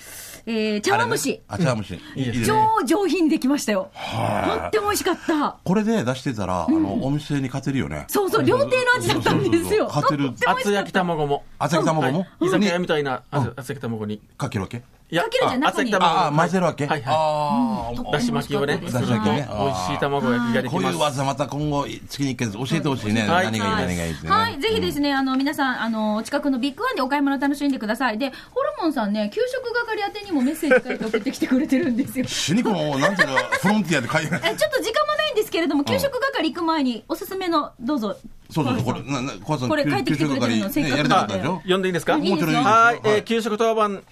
[SPEAKER 1] えー、茶碗蒸し、
[SPEAKER 2] あ、茶碗蒸し。いいですね
[SPEAKER 1] 超上品できましたよ。とっても美味しかった。
[SPEAKER 2] これで出してたら、あの、お店に勝てるよね。
[SPEAKER 1] そうそう、料亭の味だったんですよ。
[SPEAKER 2] そうそうそう勝てる
[SPEAKER 1] とっても美味
[SPEAKER 3] 厚
[SPEAKER 1] しかっ
[SPEAKER 3] 焼き卵も。
[SPEAKER 2] 厚焼き卵も
[SPEAKER 3] はい居酒屋みたいな厚厚焼き卵に。
[SPEAKER 2] かけるわけ
[SPEAKER 3] いや
[SPEAKER 1] かけるじゃん
[SPEAKER 3] あ
[SPEAKER 1] 中に
[SPEAKER 3] 厚焼き卵
[SPEAKER 2] ああ混ぜるわけ
[SPEAKER 3] はいは
[SPEAKER 2] あ
[SPEAKER 1] た
[SPEAKER 2] あ。
[SPEAKER 3] い。だし巻きをね、
[SPEAKER 1] 美
[SPEAKER 3] 美
[SPEAKER 1] 味し
[SPEAKER 3] 味し
[SPEAKER 1] かったです
[SPEAKER 2] だし巻きね
[SPEAKER 3] い卵焼きができ
[SPEAKER 2] こう
[SPEAKER 3] ま
[SPEAKER 2] い
[SPEAKER 3] す
[SPEAKER 2] う。技また今後、月に一回ずつ教えてほしいね。
[SPEAKER 3] はい
[SPEAKER 2] 何がいい、
[SPEAKER 1] はい
[SPEAKER 2] 何がいいってね。
[SPEAKER 1] はい、ぜひですね、あの、皆さん、あの、お近くのビッグワンでお買い物楽しんでください。で、ホルモンさんね、給食係宛てにもメッセージ書いて送ってきてくれてるんですよ。
[SPEAKER 2] 死にこの、なんていうの、フロンティアで買い、
[SPEAKER 1] えちょっと時間もないんですけれども、給食係行く前に、おすすめの、どうぞ。
[SPEAKER 2] そうそうそう、これ、な、な、小
[SPEAKER 1] これ
[SPEAKER 2] さ
[SPEAKER 1] 書
[SPEAKER 2] ん、
[SPEAKER 1] いてきてくれてるの
[SPEAKER 2] 給給食係ね
[SPEAKER 1] せ
[SPEAKER 2] や
[SPEAKER 1] っか
[SPEAKER 2] り
[SPEAKER 1] く
[SPEAKER 2] た
[SPEAKER 1] な
[SPEAKER 2] か
[SPEAKER 1] ん
[SPEAKER 2] っ
[SPEAKER 1] で
[SPEAKER 2] たでしょ
[SPEAKER 3] 呼んでいいですか
[SPEAKER 1] いいですよ
[SPEAKER 3] もちろん
[SPEAKER 2] はい
[SPEAKER 3] はい、えー給食当番、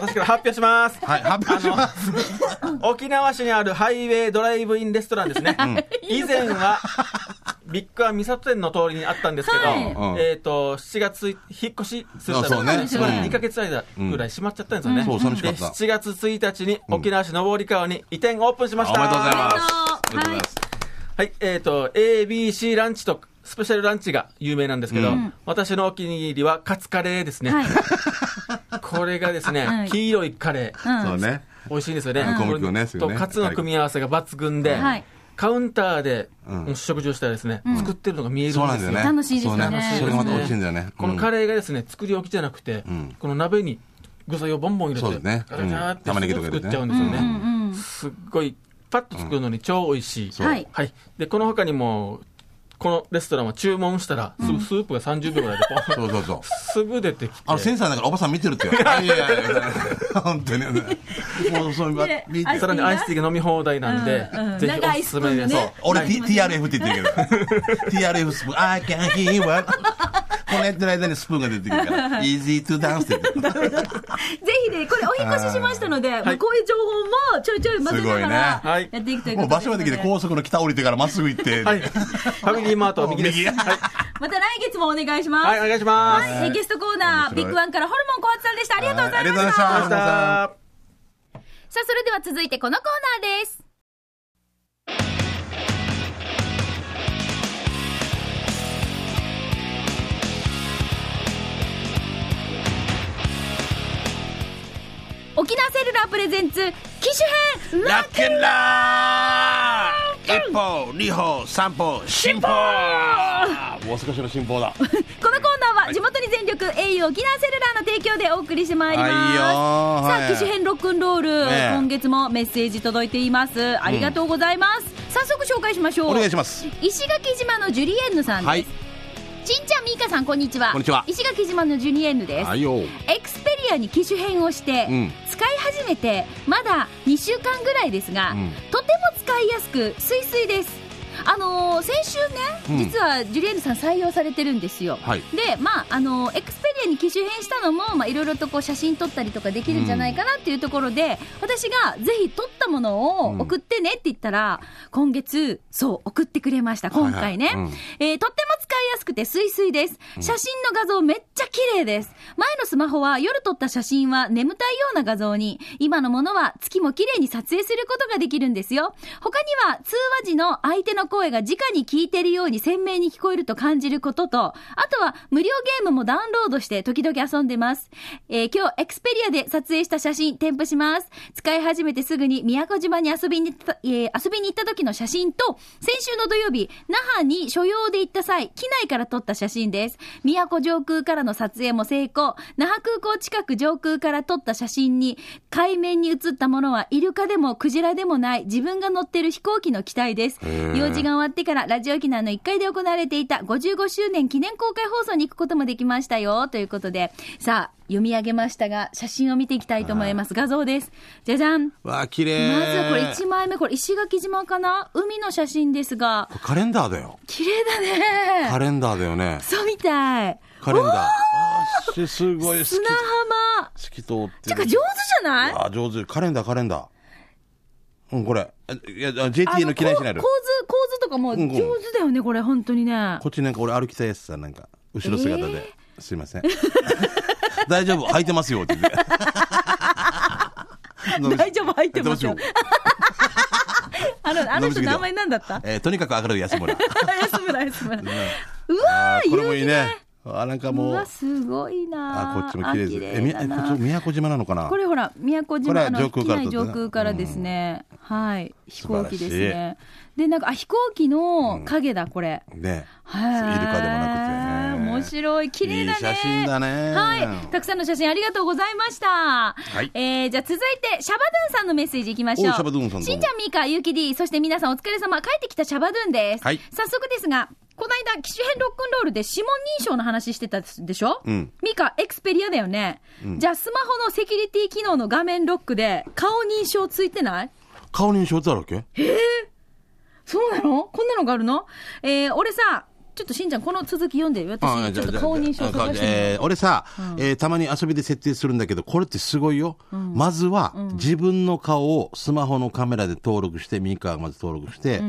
[SPEAKER 3] 私から発表します。
[SPEAKER 2] はい、発表します。
[SPEAKER 3] 沖縄市にあるハイウェイドライブインレストランですね、 以前はビッグワン三郷店の通りにあったんですけど、
[SPEAKER 2] はい
[SPEAKER 3] えー、と7月引っ越しするた
[SPEAKER 2] そうそう
[SPEAKER 3] め
[SPEAKER 2] ね
[SPEAKER 3] にしばらく2か月間ぐらい閉まっちゃったんですよね、
[SPEAKER 2] うんそう寂しかった
[SPEAKER 3] で7月1日に沖縄市上川に移転オープンしま
[SPEAKER 2] お
[SPEAKER 3] し
[SPEAKER 2] め
[SPEAKER 3] た
[SPEAKER 2] でとうございま
[SPEAKER 1] あ
[SPEAKER 2] す。
[SPEAKER 1] りがとうはい
[SPEAKER 3] はい、えっ、と、ABC ランチとスペシャルランチが有名なんですけ
[SPEAKER 1] う
[SPEAKER 3] ど、
[SPEAKER 1] ん
[SPEAKER 3] 私のお気に入りはカツカレーですね。
[SPEAKER 1] はい。
[SPEAKER 3] これがですね、
[SPEAKER 1] はい
[SPEAKER 3] 黄色いカレー。
[SPEAKER 1] うん
[SPEAKER 2] そうね。
[SPEAKER 3] 美味しいんですよね。
[SPEAKER 2] ん小麦粉ね
[SPEAKER 3] これとカツの組み合わせが抜群で、
[SPEAKER 1] はい
[SPEAKER 3] カウンターで、
[SPEAKER 2] うん
[SPEAKER 3] もう試食事をしたらですね、
[SPEAKER 1] ん
[SPEAKER 3] 作ってるのが見えるんで
[SPEAKER 2] そ
[SPEAKER 3] す
[SPEAKER 2] うな
[SPEAKER 3] よ。
[SPEAKER 2] んだよね。
[SPEAKER 1] 楽しいですよ
[SPEAKER 2] そう
[SPEAKER 1] ね
[SPEAKER 2] それがまた美味しいんだよね。
[SPEAKER 3] この
[SPEAKER 2] うん
[SPEAKER 3] カレーがですね、作り置きじゃなくて、
[SPEAKER 2] ん
[SPEAKER 3] この鍋に具材をボンボン入れて、
[SPEAKER 2] そうですね
[SPEAKER 3] ガチャガチャって
[SPEAKER 2] うん玉ねぎとか入
[SPEAKER 3] 作
[SPEAKER 2] れ
[SPEAKER 3] って
[SPEAKER 2] ね
[SPEAKER 3] ちゃうんですよね。
[SPEAKER 1] うんうんうん
[SPEAKER 3] すっごい、パッと作るのに超美味しい。
[SPEAKER 2] そう
[SPEAKER 1] はい
[SPEAKER 3] はい。で、この他にも、このレストランは注文したら、すぐスープが30秒ぐらいでポン、
[SPEAKER 2] そうそ うそう。
[SPEAKER 3] すぐ出てきて。
[SPEAKER 2] あの、センサーだからおばさん見てるってよ。いやいやいやいや、本当に。もう、そういうわ
[SPEAKER 1] ね、
[SPEAKER 2] 見て
[SPEAKER 1] あ
[SPEAKER 3] さらにアイスティーが飲み放題なんで、
[SPEAKER 1] うんうん
[SPEAKER 3] ぜひおすすめです。
[SPEAKER 1] 長いスプーンでね
[SPEAKER 3] そう
[SPEAKER 2] 俺、
[SPEAKER 1] はい
[SPEAKER 2] T、TRF って言ってるけ ど TRF スプーン I can hear what このやってる間にスプーンが出てくるから Easy to dance って言ってる
[SPEAKER 1] ぜひね、これお引っ越ししましたので、まあこういう情報もちょいちょい混ぜながら
[SPEAKER 2] す
[SPEAKER 3] ごいねはい
[SPEAKER 1] やっていくという
[SPEAKER 2] も
[SPEAKER 1] こと
[SPEAKER 2] う場
[SPEAKER 1] です
[SPEAKER 2] 所
[SPEAKER 1] の
[SPEAKER 2] まで来て高速の北降りてからまっすぐ行って
[SPEAKER 3] はい。ファミリーマートは右です。
[SPEAKER 2] 右
[SPEAKER 3] はい、
[SPEAKER 1] また来月もお願いします。
[SPEAKER 3] はい、お願いしま
[SPEAKER 1] はい
[SPEAKER 3] す。
[SPEAKER 1] えーゲストコーナー、
[SPEAKER 2] 面白
[SPEAKER 1] ビ
[SPEAKER 2] い
[SPEAKER 1] ッグワンからホルモン小発さんでした。ありがとうございま
[SPEAKER 2] はいありがとうござい
[SPEAKER 1] し
[SPEAKER 2] ま
[SPEAKER 1] た
[SPEAKER 2] した。
[SPEAKER 3] ありがとうございまし
[SPEAKER 1] さ
[SPEAKER 3] た。
[SPEAKER 1] あ、それでは続いてこのコーナーです。沖縄セルラープレゼンツ機種編ラ
[SPEAKER 2] ラッキンラー一歩二歩三歩進歩もう少しの進歩だ
[SPEAKER 1] このコーナーは地元に全力 au 沖縄セルラーの提供でお送りしてまいります、
[SPEAKER 2] はいよー
[SPEAKER 1] さあ、
[SPEAKER 2] はい
[SPEAKER 1] 機種編ロックンロール、
[SPEAKER 2] ねえ
[SPEAKER 1] 今月もメッセージ届いていますありがとうございます、早速紹介しましょう
[SPEAKER 2] お願いします
[SPEAKER 1] 石垣島のジュリエンヌさんです、
[SPEAKER 2] はい
[SPEAKER 1] ちんちゃんみーかさんこんにちは
[SPEAKER 2] こんにちは
[SPEAKER 1] 石垣島のジュリエンヌです、
[SPEAKER 2] いよ
[SPEAKER 1] エクスペリアに機種変をして、
[SPEAKER 2] うん
[SPEAKER 1] 使い始めてまだ2週間ぐらいですが、
[SPEAKER 2] うん
[SPEAKER 1] とても使いやすくすいすいですあのー先週ね、
[SPEAKER 2] うん
[SPEAKER 1] 実はジュリエーヌさん採用されてるんですよ、
[SPEAKER 2] はい
[SPEAKER 1] でまああのーエクスペリアに機種変したのもまあいろいろとこう写真撮ったりとかできるんじゃないかなっていうところで、私がぜひ撮ったものを送ってねって言ったら、今月そう送ってくれました今回ね、
[SPEAKER 2] はいはいうん
[SPEAKER 1] えーとっても使いややすくてスイスイです。写真の画像めっちゃ綺麗です。前のスマホは夜撮った写真は眠たいような画像に、今のものは月も綺麗に撮影することができるんですよ。他には通話時の相手の声が直に聞いてるように鮮明に聞こえると感じることと、あとは無料ゲームもダウンロードして時々遊んでます。えー今日エクスペリアで撮影した写真添付します。使い始めてすぐに宮古島に遊びに行った、えー遊びに行った時の写真と、先週の土曜日、那覇に所用で行った際、機内から撮った写真です。宮古上空からの撮影も成功。那覇空港近く上空から撮った写真に、海面に写ったものはイルカでもクジラでもない自分が乗ってる飛行機の機体です。用事が終わってからラジオ機内の1階で行われていた55周年記念公開放送に行くこともできましたよ。ということで、さあ、読み上げましたが、写真を見ていきたいと思います。画像です。じゃじゃん。
[SPEAKER 2] わあ、綺麗。
[SPEAKER 1] まずはこれ1枚目、これ石垣島かな海の写真ですが、
[SPEAKER 2] これカレンダーだよ。
[SPEAKER 1] 綺麗だね。
[SPEAKER 2] カレンダーだよね。
[SPEAKER 1] そうみたい。
[SPEAKER 2] カレンダー。あーすごい好き。
[SPEAKER 1] 砂浜。
[SPEAKER 2] 透き通って
[SPEAKER 1] て
[SPEAKER 2] る。
[SPEAKER 1] か上手じゃない
[SPEAKER 2] あー上手。カレンダー、カレンダー。うん、これ。あいや、あ JTA
[SPEAKER 1] あ
[SPEAKER 2] の
[SPEAKER 1] の
[SPEAKER 2] 嫌いしないで
[SPEAKER 1] こう構図、構図とかも上手だよね、これ、本当にね
[SPEAKER 2] こ。っちなんか俺歩きたいやつさ、なんか、後ろ姿で。すいません。 大丈夫、履いてますよって言って。
[SPEAKER 1] 大丈夫、入 ってますよ
[SPEAKER 2] 大丈。
[SPEAKER 1] あの、あの人
[SPEAKER 2] 飲みすぎだ
[SPEAKER 1] 名前なんだった
[SPEAKER 2] えーとにかく明るい 安村。
[SPEAKER 1] 安村、安村。うわ
[SPEAKER 2] あ
[SPEAKER 1] ー、
[SPEAKER 2] ーこれもいい
[SPEAKER 1] 夕日
[SPEAKER 2] ね。あーなんか
[SPEAKER 1] う
[SPEAKER 2] もう
[SPEAKER 1] わ、、すごいな
[SPEAKER 2] あーこっちも綺麗です。え、み
[SPEAKER 1] あだ
[SPEAKER 2] えこ
[SPEAKER 1] な
[SPEAKER 2] っち宮古島なのかな
[SPEAKER 1] これほら、宮古
[SPEAKER 2] これ
[SPEAKER 1] 島
[SPEAKER 2] は
[SPEAKER 1] あの
[SPEAKER 2] 上
[SPEAKER 1] 機
[SPEAKER 2] 空から
[SPEAKER 1] 内
[SPEAKER 2] 撮っ
[SPEAKER 1] 上
[SPEAKER 2] た
[SPEAKER 1] 空からですね。はい。飛
[SPEAKER 2] 素晴
[SPEAKER 1] 行
[SPEAKER 2] らし
[SPEAKER 1] 機
[SPEAKER 2] い
[SPEAKER 1] ですね。で、なんか、あ、飛行機の影だ、これ。
[SPEAKER 2] ね。
[SPEAKER 1] はい。
[SPEAKER 2] イルカでもなくてね
[SPEAKER 1] 面白い。綺麗だね。
[SPEAKER 2] いい写真だね
[SPEAKER 1] はい。たくさんの写真ありがとうございました。
[SPEAKER 2] い
[SPEAKER 1] えー、じゃあ続いて、シャバドゥンさんのメッセージいきましょ
[SPEAKER 2] お
[SPEAKER 1] う。
[SPEAKER 2] うシャバドゥンさんどうも
[SPEAKER 1] しんちゃん、みーか、ゆうき D、そして皆さんお疲れ様。帰ってきたシャバドゥンです。
[SPEAKER 2] はい
[SPEAKER 1] 早速ですが、この間、機種編ロックンロールで指紋認証の話してたでしょ
[SPEAKER 2] うん
[SPEAKER 1] ミカ、エクスペリアだよね。じゃあ、スマホのセキュリティ機能の画面ロックで、顔認証ついてない
[SPEAKER 2] 顔認証ってあるわけ
[SPEAKER 1] そうなのこんなのがあるのえー、俺さ、ちょっとしんちゃん、この続き読んで、
[SPEAKER 2] あ
[SPEAKER 1] 私、ちょっと顔認証
[SPEAKER 2] じゃあ
[SPEAKER 1] 探してみる
[SPEAKER 2] えー俺さ、えーたまに遊びで設定するんだけど、これってすごいよ。まずは、自分の顔をスマホのカメラで登録して、ミーカーがまず登録して、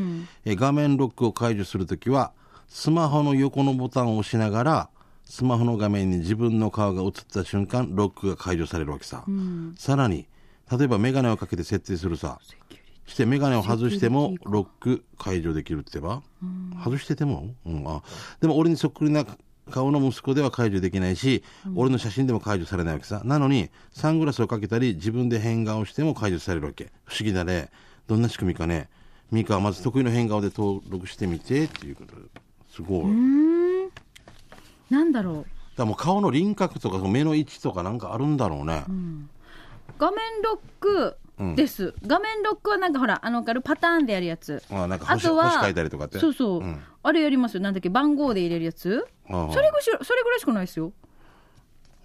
[SPEAKER 2] えー画面ロックを解除するときは、スマホの横のボタンを押しながら、スマホの画面に自分の顔が映った瞬間、ロックが解除されるわけさ。さらに、例えばメガネをかけて設定するさ。してメガネを外してもロック解除できるって言えば、外してても、うん、あでも俺にそっくりな顔の息子では解除できないし、俺の写真でも解除されないわけさなのにサングラスをかけたり自分で変顔しても解除されるわけ不思議だねどんな仕組みかねミカはまず得意の変顔で登録してみてっていうことすごい、だか
[SPEAKER 1] なんだろう。
[SPEAKER 2] らもう顔の輪郭とかその目の位置とかなんかあるんだろうね、
[SPEAKER 1] 画面ロックです、画面ロックはなんかほらあのわかるパターンでやるやつ
[SPEAKER 2] あなんか星星書いたりとかって
[SPEAKER 1] そうそう、
[SPEAKER 2] うん
[SPEAKER 1] あれやりますよなんだっけ番号で入れるやつ
[SPEAKER 2] ああ
[SPEAKER 1] それぐしそれぐらいしかないですよ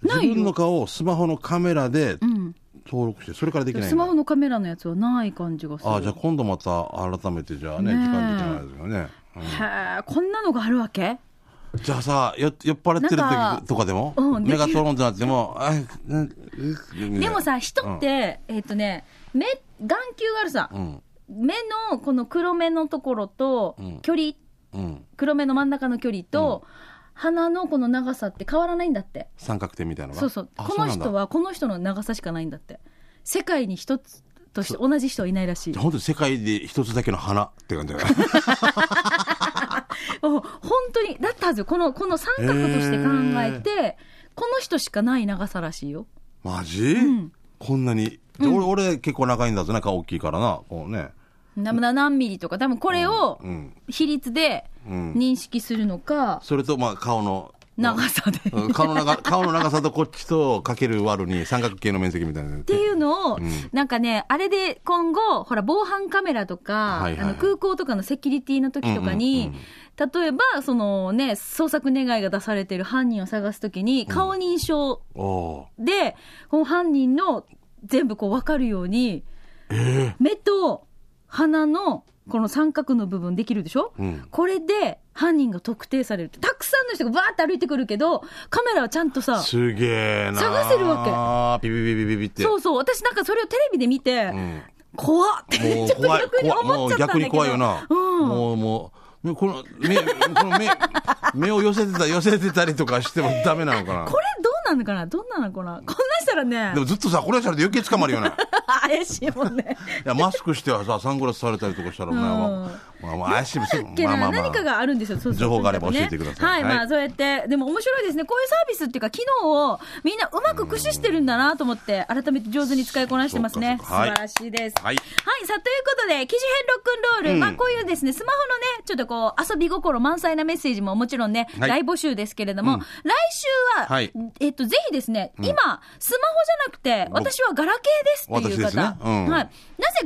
[SPEAKER 2] 自
[SPEAKER 1] ないよ
[SPEAKER 2] 分の顔をスマホのカメラで
[SPEAKER 1] ん
[SPEAKER 2] 登録してそれからできないんだ
[SPEAKER 1] スマホのカメラのやつはない感じがする
[SPEAKER 2] あじゃあ今度また改めてじゃあね
[SPEAKER 1] ねえ
[SPEAKER 2] 時間できないですよね、
[SPEAKER 1] へえこんなのがあるわけ
[SPEAKER 2] うんじゃあさよ酔っ払ってる
[SPEAKER 1] なんか
[SPEAKER 2] 時とかでも、
[SPEAKER 1] うん
[SPEAKER 2] 目がトロンとなってもあうんうん
[SPEAKER 1] でもさ人って、えっとね目眼球があるさ、
[SPEAKER 2] うん
[SPEAKER 1] 目のこの黒目のところと
[SPEAKER 2] うん
[SPEAKER 1] 距離、
[SPEAKER 2] うん
[SPEAKER 1] 黒目の真ん中の距離と、鼻のこの長さって変わらないんだって
[SPEAKER 2] 三角点みたいなのが
[SPEAKER 1] そうそう。
[SPEAKER 2] あ
[SPEAKER 1] この
[SPEAKER 2] そう
[SPEAKER 1] 人
[SPEAKER 2] なんだ
[SPEAKER 1] はこの人の長さしかないんだって。世界に一つとして同じ人はいないらしい。
[SPEAKER 2] 本当に世界で一つだけの花って感じだよ ね
[SPEAKER 1] お本当に、だったはずよ。この、この三角として考えて、この人しかない長さらしいよ。
[SPEAKER 2] マジ、こんなにで俺俺結構長いんだぞな顔大きいからなこうね
[SPEAKER 1] なな何ミリとか、多分これを
[SPEAKER 2] うん
[SPEAKER 1] 比率で
[SPEAKER 2] うん
[SPEAKER 1] 認識するのか、
[SPEAKER 2] それとまあ顔の
[SPEAKER 1] 長さで。っ
[SPEAKER 2] うん顔の長顔の長さとこっちとかける割るに三角形の面積みたいな
[SPEAKER 1] ていうのを、
[SPEAKER 2] ん
[SPEAKER 1] なんかね、あれで今後、ほら、防犯カメラとか、
[SPEAKER 2] はいはいはい
[SPEAKER 1] あの空港とかのセキュリティの時とかに、
[SPEAKER 2] うんうん
[SPEAKER 1] 例えば、そのね、捜索願いが出されてる犯人を探す時に、顔認証、
[SPEAKER 2] おお
[SPEAKER 1] で、この犯人の全部こう分かるように、目と鼻のこの三角の部分できるでしょ、
[SPEAKER 2] うん
[SPEAKER 1] これで犯人が特定されるって。たくさんの人がバーって歩いてくるけど、カメラはちゃんとさ、
[SPEAKER 2] すげえなー
[SPEAKER 1] 探せるわけ
[SPEAKER 2] あーピピピピピピって
[SPEAKER 1] そうそう、私なんかそれをテレビで見て、
[SPEAKER 2] うん
[SPEAKER 1] 怖っって、
[SPEAKER 2] も う
[SPEAKER 1] ちょっと
[SPEAKER 2] 怖い
[SPEAKER 1] 逆に
[SPEAKER 2] 怖いも
[SPEAKER 1] 思っ
[SPEAKER 2] う
[SPEAKER 1] ちゃったんだけど。
[SPEAKER 2] 逆に怖いよな、
[SPEAKER 1] うん。
[SPEAKER 2] もうも目この目この目 目を寄せてた寄せてたりとかしてもダメなのかな
[SPEAKER 1] これどうなのかなどんなのかなこんなしたらね
[SPEAKER 2] でもずっとさこれやったら余計捕まるよね
[SPEAKER 1] 怪しいもんね
[SPEAKER 2] いやマスクしてはさサングラスされたりとかしたらお前は、まあまあ怪しいもん
[SPEAKER 1] だっけな、何かがあるんですよ、そうそう
[SPEAKER 2] 情報があれば教えてくだ
[SPEAKER 1] は
[SPEAKER 2] さい
[SPEAKER 1] い、ま
[SPEAKER 2] は
[SPEAKER 1] あ、
[SPEAKER 2] い
[SPEAKER 1] そうやって、でも面白いですね、こういうサービスっていうか、機能をみんなうまく駆使してるんだなと思って、改めて上手に使いこなしてますね、
[SPEAKER 2] そう
[SPEAKER 1] 素
[SPEAKER 2] かそうかはい
[SPEAKER 1] 晴らしいです。
[SPEAKER 2] はい
[SPEAKER 1] さあということで、記事編ロックンロール、まあ、こういうですね、スマホのね、ちょっとこう、遊び心満載なメッセージももちろんね、
[SPEAKER 2] はい
[SPEAKER 1] 大募集ですけれども、来週は、
[SPEAKER 2] はい
[SPEAKER 1] えっと、ぜひですね、今、スマホじゃなくて、
[SPEAKER 2] 僕
[SPEAKER 1] 私はガラケーですっていう
[SPEAKER 2] 私です
[SPEAKER 1] 方
[SPEAKER 2] ね、うん
[SPEAKER 1] はい、なぜ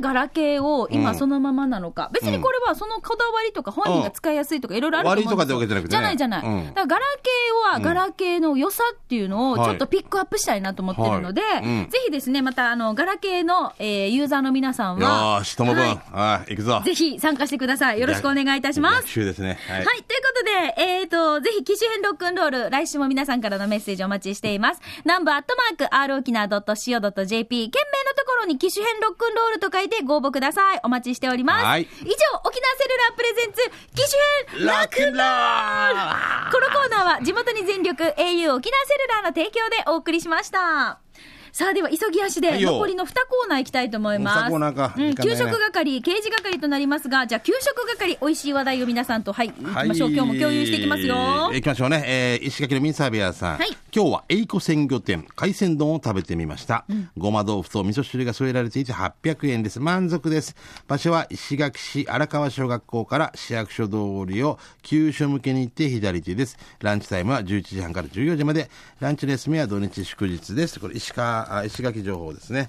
[SPEAKER 1] ガラケーを
[SPEAKER 2] う
[SPEAKER 1] 今
[SPEAKER 2] ん
[SPEAKER 1] そのままなのか、別にこれはそのこだわりとか本人が使いやすいとかいろいろあると思うんですよ
[SPEAKER 2] 悪いとかってわけじゃなくてね
[SPEAKER 1] じゃないじゃない、
[SPEAKER 2] う
[SPEAKER 1] だ
[SPEAKER 2] ん
[SPEAKER 1] からガラケーはガラケーの良さっていうのを
[SPEAKER 2] はい
[SPEAKER 1] ちょっとピックアップしたいなと思ってるので、
[SPEAKER 2] はいうん
[SPEAKER 1] ぜひですねまたあのガラケーの、えーユーザーの皆さん
[SPEAKER 2] よ
[SPEAKER 1] は
[SPEAKER 2] ーしともぶん
[SPEAKER 1] は
[SPEAKER 2] はい行くぞ
[SPEAKER 1] いぜひ参加してくださいよろしくお願いいたします
[SPEAKER 2] 逆襲ですねは、
[SPEAKER 1] はいい、ということで、えーと、ぜひ、機種編ロックンロール、来週も皆さんからのメッセージお待ちしています。ナンバーアットマーク、r 沖縄 .co.jp、件名のところに機種編ロックンロールと書いてご応募ください。お待ちしております。
[SPEAKER 2] はい
[SPEAKER 1] 以上、沖縄セルラープレゼンツ、機種編ロックンロールこのコーナーは地元に全力 au 沖縄セルラーの提供でお送りしました。さあでは急ぎ足
[SPEAKER 2] は
[SPEAKER 1] で
[SPEAKER 2] いよ
[SPEAKER 1] 残りの2コーナー行きたいと思います。
[SPEAKER 2] 二コーナーか
[SPEAKER 1] うん、
[SPEAKER 2] 時間ない
[SPEAKER 1] 給
[SPEAKER 2] ね
[SPEAKER 1] 食係、刑事係となりますが、じゃあ給食係、美味しい話題を皆さんと、はい、行きましょう。今日も共有していきますよ。
[SPEAKER 2] 行きましょうね。えー石垣のミンサービアさん。
[SPEAKER 1] はい
[SPEAKER 2] 今日は、えいこ鮮魚店、海鮮丼を食べてみました。ごま豆腐と味噌汁が添えられていて800円です。満足です。場所は、石垣市荒川小学校から市役所通りを急所向けに行って左手です。ランチタイムは11時半から14時まで。ランチの休みは土日祝日です。これ、石川、あ石垣情報ですね。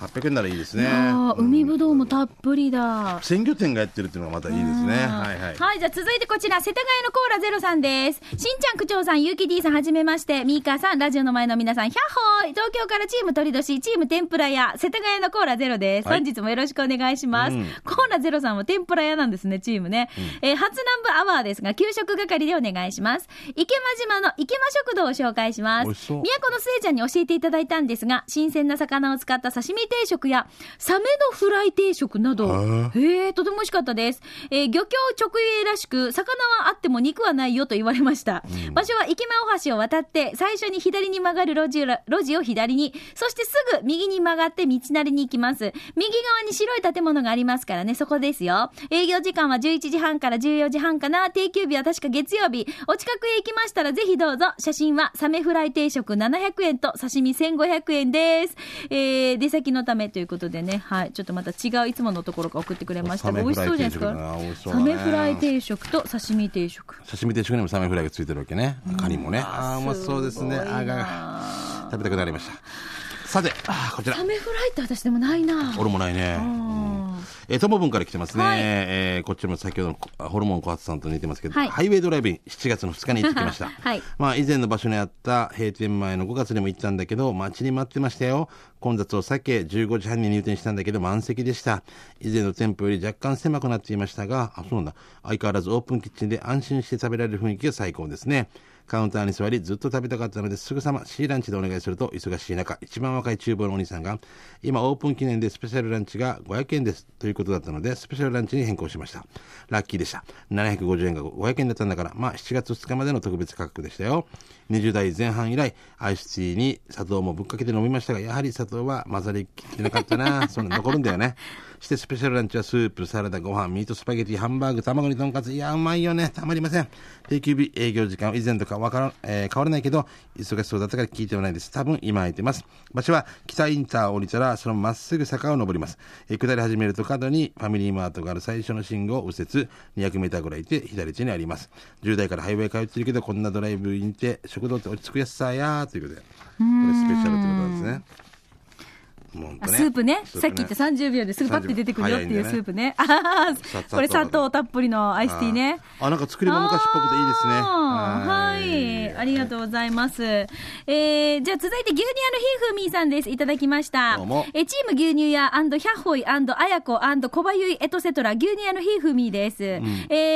[SPEAKER 2] 800円ならいいですね。
[SPEAKER 1] あー海ぶどうもたっぷりだ。
[SPEAKER 2] 鮮魚店がやってるっていうのがまたいいですね。はいはい。
[SPEAKER 1] はい、じゃあ続いてこちら、世田谷のコーラゼロさんです。しんちゃん、区長さん、ゆうき D さん、はじめまして。ミーカーさん、ラジオの前の皆さん、ひゃっほーい東京からチーム鳥年、チーム天ぷら屋、世田谷のコーラゼロです。
[SPEAKER 2] はい
[SPEAKER 1] 本日もよろしくお願いします。コーラゼロさんは天ぷら屋なんですね、チームね。えー初南部アワーですが、給食係でお願いします。池間島の池間食堂を紹介します。
[SPEAKER 2] 美味しそう
[SPEAKER 1] 宮古のすえちゃんに教えていただいたんですが、新鮮な魚を使った刺身定食や、サメのフライ定食など、へえ、とても美味しかったです。えー漁協直営らしく、魚はあっても肉はないよと言われました。場所は池間大橋を渡って、最初に左に曲がる路地裏路地を左に、そしてすぐ右に曲がって道なりに行きます。右側に白い建物がありますからね、そこですよ。営業時間は11時半から14時半かな。定休日は確か月曜日。お近くへ行きましたらぜひどうぞ。写真はサメフライ定食700円と刺身1500円です。えー、出先のためということでね、はい。ちょっとまた違ういつものところが送ってくれましたが、
[SPEAKER 2] サ
[SPEAKER 1] 美
[SPEAKER 2] メ
[SPEAKER 1] 味
[SPEAKER 2] フ
[SPEAKER 1] し
[SPEAKER 2] ライ
[SPEAKER 1] そうじゃないです
[SPEAKER 2] 定食だな美味しそ
[SPEAKER 1] か。
[SPEAKER 2] うだ
[SPEAKER 1] サ
[SPEAKER 2] ね
[SPEAKER 1] メフライ定食と刺身定食。
[SPEAKER 2] 刺身定食にもサメフライがついてるわけね。カニもね。ああ、うまそうですね。あーが食べたくなりました。さて、あーこちら
[SPEAKER 1] サ。メフライって私でもないな。
[SPEAKER 2] 俺もないね。うんえー、ともぶんから来てますね。
[SPEAKER 1] はい
[SPEAKER 2] えーこっちも先ほどのあホルモン小発さんと似てますけど、
[SPEAKER 1] はい
[SPEAKER 2] ハイウェイドライブイン7月の2日に行ってきました。
[SPEAKER 1] はい
[SPEAKER 2] まあ以前の場所にあった閉店前の5月にも行ったんだけど、待ちに待ってましたよ。混雑を避け、15時半に入店したんだけど満席でした。以前の店舗より若干狭くなっていましたが、あ、そうなんだ。相変わらずオープンキッチンで安心して食べられる雰囲気が最高ですね。カウンターに座りずっと食べたかったのですぐさま C ランチでお願いすると忙しい中一番若い厨房のお兄さんが今オープン記念でスペシャルランチが500円ですということだったのでスペシャルランチに変更しましたラッキーでした750円が500円だったんだからまあ7月2日までの特別価格でしたよ20代前半以来アイスティーに砂糖もぶっかけて飲みましたがやはり砂糖は混ざりきってなかったなそんな残るんだよねしてスペシャルランチはスープサラダご飯ミートスパゲティハンバーグ卵にとんかついやうまいよねたまりません定休日営業時間は以前とかわからん、えー変わらないけど忙しそうだったから聞いてはないです多分今空いてます場所は北インターを降りたらそのままっすぐ坂を登ります、えー下り始めると角にファミリーマートがある最初の信号を右折 200m ぐらい行って左手にあります10代からハイウェイ通ってるけどこんなドライブインって食堂って落ち着くやつさやーということでこれスペシャルってことなんですねもうほん
[SPEAKER 1] あ
[SPEAKER 2] とね
[SPEAKER 1] スープね
[SPEAKER 2] スープ
[SPEAKER 1] さっき言った30秒ですぐパッて出てくるよっていう
[SPEAKER 2] 30
[SPEAKER 1] スープね。ああ
[SPEAKER 2] さっさ、と
[SPEAKER 1] これ砂糖たっぷりのアイスティーね。
[SPEAKER 2] あーあなんか作りも昔っぽくていいですね
[SPEAKER 1] あーはい。ありがとうございます。えー、じゃあ続いて牛乳屋のひーふーみーさんです。いただきました。
[SPEAKER 2] どうも
[SPEAKER 1] えーチーム牛乳屋ヒャッホイあやこ小ばゆいエトセトラ牛乳屋のひーふーみーです。えー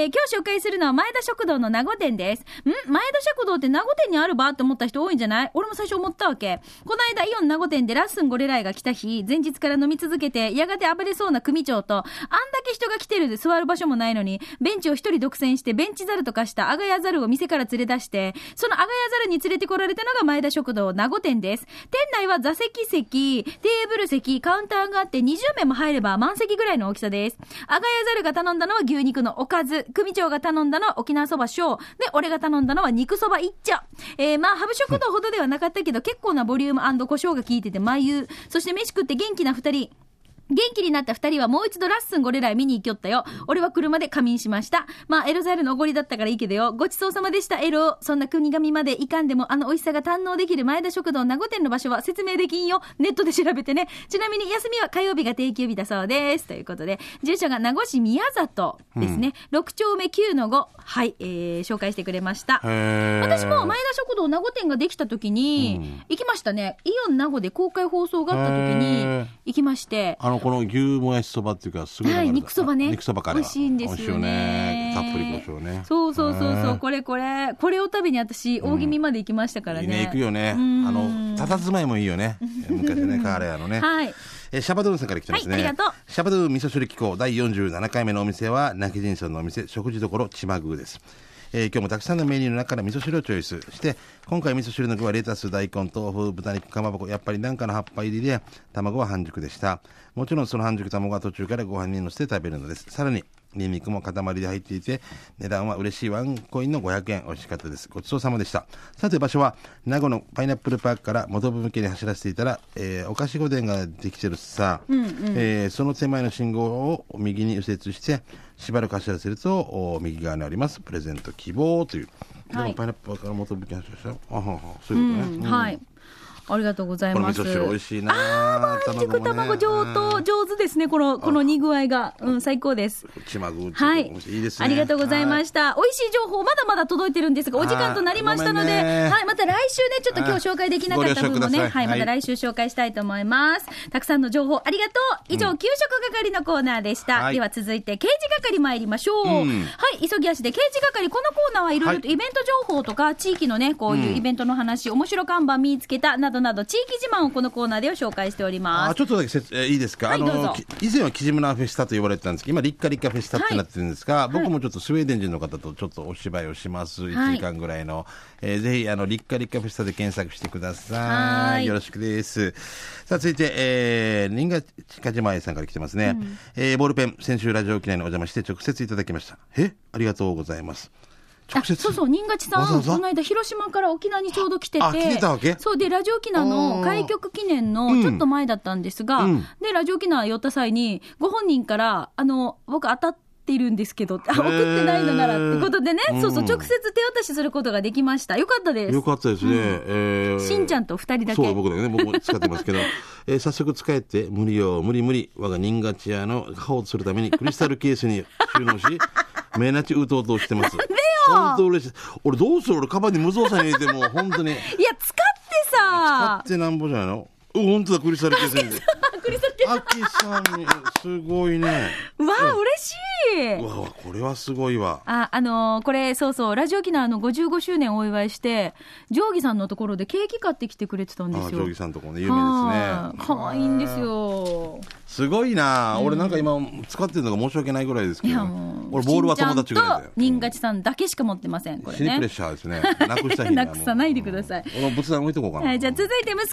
[SPEAKER 1] 今日紹介するのは前田食堂の名護店です。ん前田食堂って名護店にあるばって思った人多いんじゃない俺も最初思ったわけ。この間イオン名護店でラッスンゴレライが来たた日、前日から飲み続けて、やがて暴れそうな組長と、あんだけ人が来てるで座る場所もないのに、ベンチを一人独占して、ベンチザルと化したアガヤザルを店から連れ出して、そのアガヤザルに連れてこられたのが前田食堂名護店です。店内は座席席、テーブル席、カウンターがあって20名も入れば満席ぐらいの大きさです。アガヤザルが頼んだのは牛肉のおかず、組長が頼んだのは沖縄そば小、で、俺が頼んだのは肉そば一丁。えー、まあ、ハブ食堂ほどではなかったけど、結構なボリューム胡椒が効いてて、眉。そして飯食って元気な二人。元気になった二人はもう一度ラッスンゴレライ見に行きよったよ。俺は車で仮眠しました。まあ、エロザイルのおごりだったからいいけどよ。ごちそうさまでした、エロ。そんな国神までいかんでも、あの美味しさが堪能できる前田食堂名護店の場所は説明できんよ。ネットで調べてね。ちなみに休みは火曜日が定休日だそうです。ということで、住所が名護市宮里ですね。六6丁目9の5。はい、えー、紹介してくれました。私
[SPEAKER 2] 私
[SPEAKER 1] も前田食堂名護店ができた時に、行きましたね。イオン名護で公開放送があった時
[SPEAKER 2] へ
[SPEAKER 1] に
[SPEAKER 2] ー、
[SPEAKER 1] 行きまして。
[SPEAKER 2] あのこの牛もやしそばっていうかすごい
[SPEAKER 1] はい
[SPEAKER 2] 流れだ
[SPEAKER 1] 肉そばね
[SPEAKER 2] 肉そばか
[SPEAKER 1] 美
[SPEAKER 2] ら
[SPEAKER 1] 味しいんですよね
[SPEAKER 2] 美味しいよねたっぷり胡椒ね
[SPEAKER 1] そうそうそう
[SPEAKER 2] ね
[SPEAKER 1] そう、これこれ、これを食べに私、大気味まで行きましたから
[SPEAKER 2] い
[SPEAKER 1] ね。
[SPEAKER 2] いね行くよねあ
[SPEAKER 1] うん
[SPEAKER 2] の佇まいもいいよね昔ねカーレアのね
[SPEAKER 1] はい。
[SPEAKER 2] えーシャバドゥンさんから来てますね、
[SPEAKER 1] はいありがとう
[SPEAKER 2] シャバドゥン味噌汁機構第47回目のお店は泣き人村のお店食事処ちまぐうです、えー今日もたくさんのメニューの中から味噌汁をチョイスして今回味噌汁の具はレタス大根豆腐豚肉かまぼこやっぱり何かの葉っぱ入りで卵は半熟でしたもちろんその半熟卵は途中からご飯に乗せて食べるのですさらにニンニクも塊で入っていて、値段は嬉しいワンコインの500円。美味しかったです。ごちそうさまでした。さて場所は、名護のパイナップルパークから元部向けに走らせていたら、えーお菓子御殿ができてるさ、えーその手前の信号を右に右折して、しばらく走らせると、お右側にあります、プレゼント希望という。
[SPEAKER 1] はい
[SPEAKER 2] でもパイナップルパークから元部向けに走らせたらあははそう
[SPEAKER 1] う
[SPEAKER 2] いうことね。
[SPEAKER 1] ん、はい。ありがとうござい
[SPEAKER 2] この
[SPEAKER 1] ます。
[SPEAKER 2] 味噌汁美味しいな
[SPEAKER 1] あー、半熟卵上等、上手ですね、この、この煮具合が。うん、最高です。
[SPEAKER 2] ちまぐうって
[SPEAKER 1] は
[SPEAKER 2] う
[SPEAKER 1] い
[SPEAKER 2] のもいいですね。
[SPEAKER 1] ありがとうございま
[SPEAKER 2] し
[SPEAKER 1] した。美味しい情報、まだまだ届いてるんですが、お時間となりましたので、
[SPEAKER 2] はいごめんね
[SPEAKER 1] はい、また来週ね、ちょっと今日紹介できなかった分も
[SPEAKER 2] ご了承くださ
[SPEAKER 1] ね、
[SPEAKER 2] い
[SPEAKER 1] はい、ま
[SPEAKER 2] はい
[SPEAKER 1] た来週紹介したいと思います。たくさんの情報ありがとう。以上、給食係のコーナーでした。
[SPEAKER 2] はい
[SPEAKER 1] では続いて、刑事係参りましょう。はい、急ぎ足で刑事係、このコーナーはいろいろと
[SPEAKER 2] は
[SPEAKER 1] イベント情報とか、地域のね、こういうイベントの話、面白看板見つけた、などなど、地域自慢をこのコーナーでは紹介しております
[SPEAKER 2] あ。ちょっとだけせつ、えーいいですか、
[SPEAKER 1] はい
[SPEAKER 2] あ
[SPEAKER 1] どうぞ
[SPEAKER 2] のき以前はキジムナフェスタと呼ばれてたんですけど今立夏立夏フェスタってなってるんですが、僕もちょっとスウェーデン人の方とちょっとお芝居をします、1時間ぐらいの、えーぜひあの立夏立夏フェスタで検索してください
[SPEAKER 1] はい
[SPEAKER 2] よろしくですさあ続いて、えー、新潟近島愛さんから来てますね、えーボールペン先週ラジオ機内にお邪魔して直接いただきましたえありがとうございます直接
[SPEAKER 1] あそうそう、新垣さん、
[SPEAKER 2] わざわざ
[SPEAKER 1] この間、広島から沖縄にちょうど来てて、
[SPEAKER 2] あ来てたわけ
[SPEAKER 1] そうで、ラジオ沖縄の開局記念
[SPEAKER 2] あ
[SPEAKER 1] の
[SPEAKER 2] ー
[SPEAKER 1] ちょっと前だったんですが、
[SPEAKER 2] うんうん
[SPEAKER 1] で、ラジオ沖縄寄った際に、ご本人から、あの、僕当たって、いるんですけどあ送ってないのならってことでね、
[SPEAKER 2] うん
[SPEAKER 1] そうそう直接手渡しすることができましたよかったです
[SPEAKER 2] よかったですね、えー
[SPEAKER 1] しんちゃんと二人だけ
[SPEAKER 2] そう僕だけね僕も使ってま すけど、えー早速使えて無理よ無理無理我が新勝屋の顔をするためにクリスタルケースに収 納し目立ちうとうとしてます本当嬉しい俺どうする俺カバンに無造作に入れてもう本当に
[SPEAKER 1] いや使って
[SPEAKER 2] 買
[SPEAKER 1] さ
[SPEAKER 2] ってなんぼじゃないのうん本当だクリスタルケースに
[SPEAKER 1] クリスタルケー
[SPEAKER 2] アキさんにすごいね
[SPEAKER 1] スわあ嬉し
[SPEAKER 2] う
[SPEAKER 1] い
[SPEAKER 2] わうわこれはすごいわ
[SPEAKER 1] あ、あのーこれ、そうそう、ラジオ沖縄の55周年をお祝いして、定規さんのところでケーキ買ってきてくれてたん
[SPEAKER 2] あ
[SPEAKER 1] です
[SPEAKER 2] 定
[SPEAKER 1] よ。
[SPEAKER 2] 規さんとこね有名
[SPEAKER 1] は
[SPEAKER 2] で
[SPEAKER 1] い
[SPEAKER 2] すね
[SPEAKER 1] 可愛いんですよ。
[SPEAKER 2] すごいな俺なんか今使ってるのが申し訳ないぐらいですけ
[SPEAKER 1] い
[SPEAKER 2] ど
[SPEAKER 1] や
[SPEAKER 2] ね、
[SPEAKER 1] もう。
[SPEAKER 2] 俺ボールは友達ぐらいだ
[SPEAKER 1] し
[SPEAKER 2] よ
[SPEAKER 1] んちゃんと、人勝さんだけしか持ってません、これ
[SPEAKER 2] 死にプレッ
[SPEAKER 1] ね。
[SPEAKER 2] シャーですね。なくした 日
[SPEAKER 1] なくさないでください
[SPEAKER 2] うん俺も仏壇置いとこうかな。
[SPEAKER 1] はい、じゃあ続いて息子はま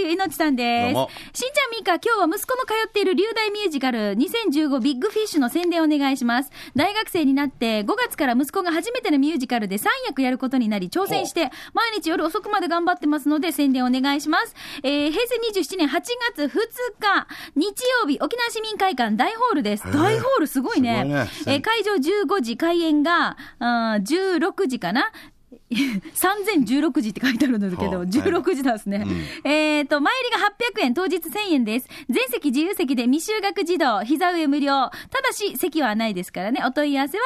[SPEAKER 1] ゆゆいのちさんです。しん
[SPEAKER 2] どう
[SPEAKER 1] ちゃん
[SPEAKER 2] も
[SPEAKER 1] みーか、今日は息子の通っている流大ミュージカル2015ビッグフィッシュの宣伝お願いします。大学生になって5月から息子が初めてのミュージカルで3役やることになり挑戦して、毎日夜遅くまで頑張ってますので宣伝お願いします。えー、平成27年8月2日、日曜日、沖縄市民会館大ホールです。大ホールすごいね。
[SPEAKER 2] すごいね
[SPEAKER 1] えー会場15時、開演が、あー16時かな ?3016 時って書いてあるんだけど、
[SPEAKER 2] はあ
[SPEAKER 1] 16時なんですね。えっ、と、前入りが800円、当日1000円です。全席自由席で未就学児童、膝上無料。ただし、席はないですからね。お問い合わせは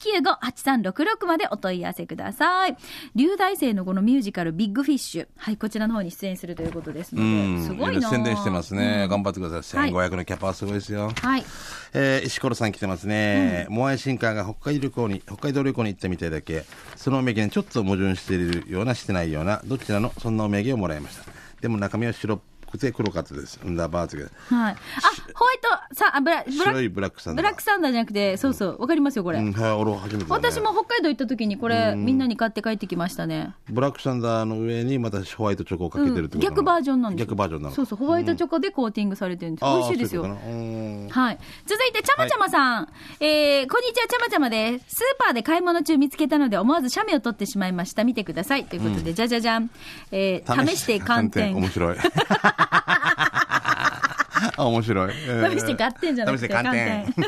[SPEAKER 1] 098-895-8366までお問い合わせください。流大生のこのミュージカル、ビッグフィッシュ。はい、こちらの方に出演するということですの
[SPEAKER 2] う
[SPEAKER 1] で、
[SPEAKER 2] ん。
[SPEAKER 1] すごいな
[SPEAKER 2] 宣伝してますね。頑張ってください。
[SPEAKER 1] はい
[SPEAKER 2] 1500のキャパはすごいですよ。
[SPEAKER 1] はい。
[SPEAKER 2] えー石ころさん来てますね。モアイシンカーが北海道旅行に、北海道旅行に行ったみたいだけ、そのお土産にちょっと矛盾しているような、してないような、どちらの、そんなお土産をもらいました。でも中身は白っくて黒かったです。アンダーバーというか
[SPEAKER 1] はい。あ、ホワイト、さ、あ、ブラ、ブラ
[SPEAKER 2] 白いブラックサンダ
[SPEAKER 1] ブ
[SPEAKER 2] ー。
[SPEAKER 1] ラックサンダーじゃなくて、そうそう、わかりますよ、これ。
[SPEAKER 2] うん、はい、俺は初めてだね
[SPEAKER 1] 私も北海道行った時にこれ、みんなに買って帰ってきましたね。
[SPEAKER 2] ブラックサンダーの上にまたホワイトチョコをかけてるってことなの
[SPEAKER 1] 逆バージョンなんですよ
[SPEAKER 2] 逆バージョンなの
[SPEAKER 1] そうそう、ホワイトチョコでコーティングされてるんです。美味しいですよ。
[SPEAKER 2] あーそういうことかな
[SPEAKER 1] はい。続いて、ちゃまちゃまさん。えー、こんにちは、ちゃまちゃまです。スーパーで買い物中見つけたので、思わず写メを撮ってしまいました。見てください。ということで、じゃじゃじゃん。え
[SPEAKER 2] う
[SPEAKER 1] ー、
[SPEAKER 2] ん
[SPEAKER 1] 試して観点。
[SPEAKER 2] 面白いあ面白い、えー
[SPEAKER 1] 試して観点じゃなくて、
[SPEAKER 2] 試して
[SPEAKER 1] 観
[SPEAKER 2] 観点
[SPEAKER 1] 点。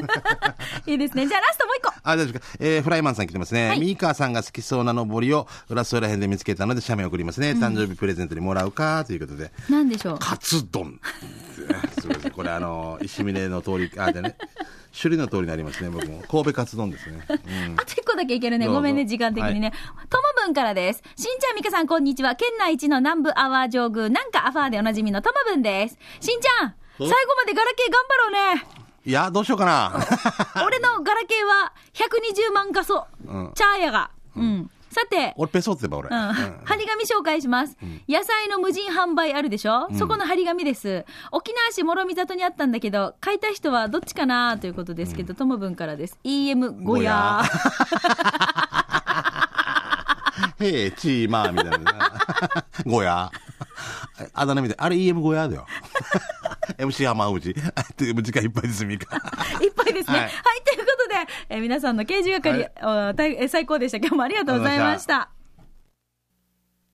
[SPEAKER 1] いいですね。じゃあ、ラストもう一個。
[SPEAKER 2] あ、大丈夫ですか。えーフライマンさん来てますね。
[SPEAKER 1] はい
[SPEAKER 2] ミーカーさんが好きそうなのぼりを、浦添ら辺で見つけたので、写メ送りますね。誕生日プレゼントにもらうか、ということで。
[SPEAKER 1] なんでしょう。
[SPEAKER 2] カ ツ丼。すごいですね。これ、あの、石峰の通り、あ、じゃあね、種類の通りになりますね、僕も。神戸カツ丼ですね。うん
[SPEAKER 1] あと一個だけいけるね。
[SPEAKER 2] どうぞ
[SPEAKER 1] ごめんね、時間的にね。ともぶんからです。しんちゃん、みかさん、こんにちは。県内一の南部アワー上宮、なんかアファーでおなじみのともぶんです。しんちゃん、最後までガラケー頑張ろう ね。
[SPEAKER 2] いや、どうしよう かな。
[SPEAKER 1] 俺のガラケーは120万画素、
[SPEAKER 2] うん
[SPEAKER 1] チャーヤが。うん。さて、
[SPEAKER 2] 俺、ペソってば、俺。
[SPEAKER 1] うん、張り紙紹介します、野菜の無人販売あるでしょ、そこの張り紙です沖縄市諸見里にあったんだけど買いたい人はどっちかなということですけどともぶんからです EM ゴヤー
[SPEAKER 2] へえ、チーマーみたい な。ゴヤあだ名みたい。あれ EM ゴヤ だよ。MC 浜口。あという時間いっぱいです、みか。
[SPEAKER 1] いっぱいですね。は、
[SPEAKER 2] はいい
[SPEAKER 1] ということで、えー皆さんの刑事係、
[SPEAKER 2] はい
[SPEAKER 1] お大えー最高でした。今日もありがとうございました。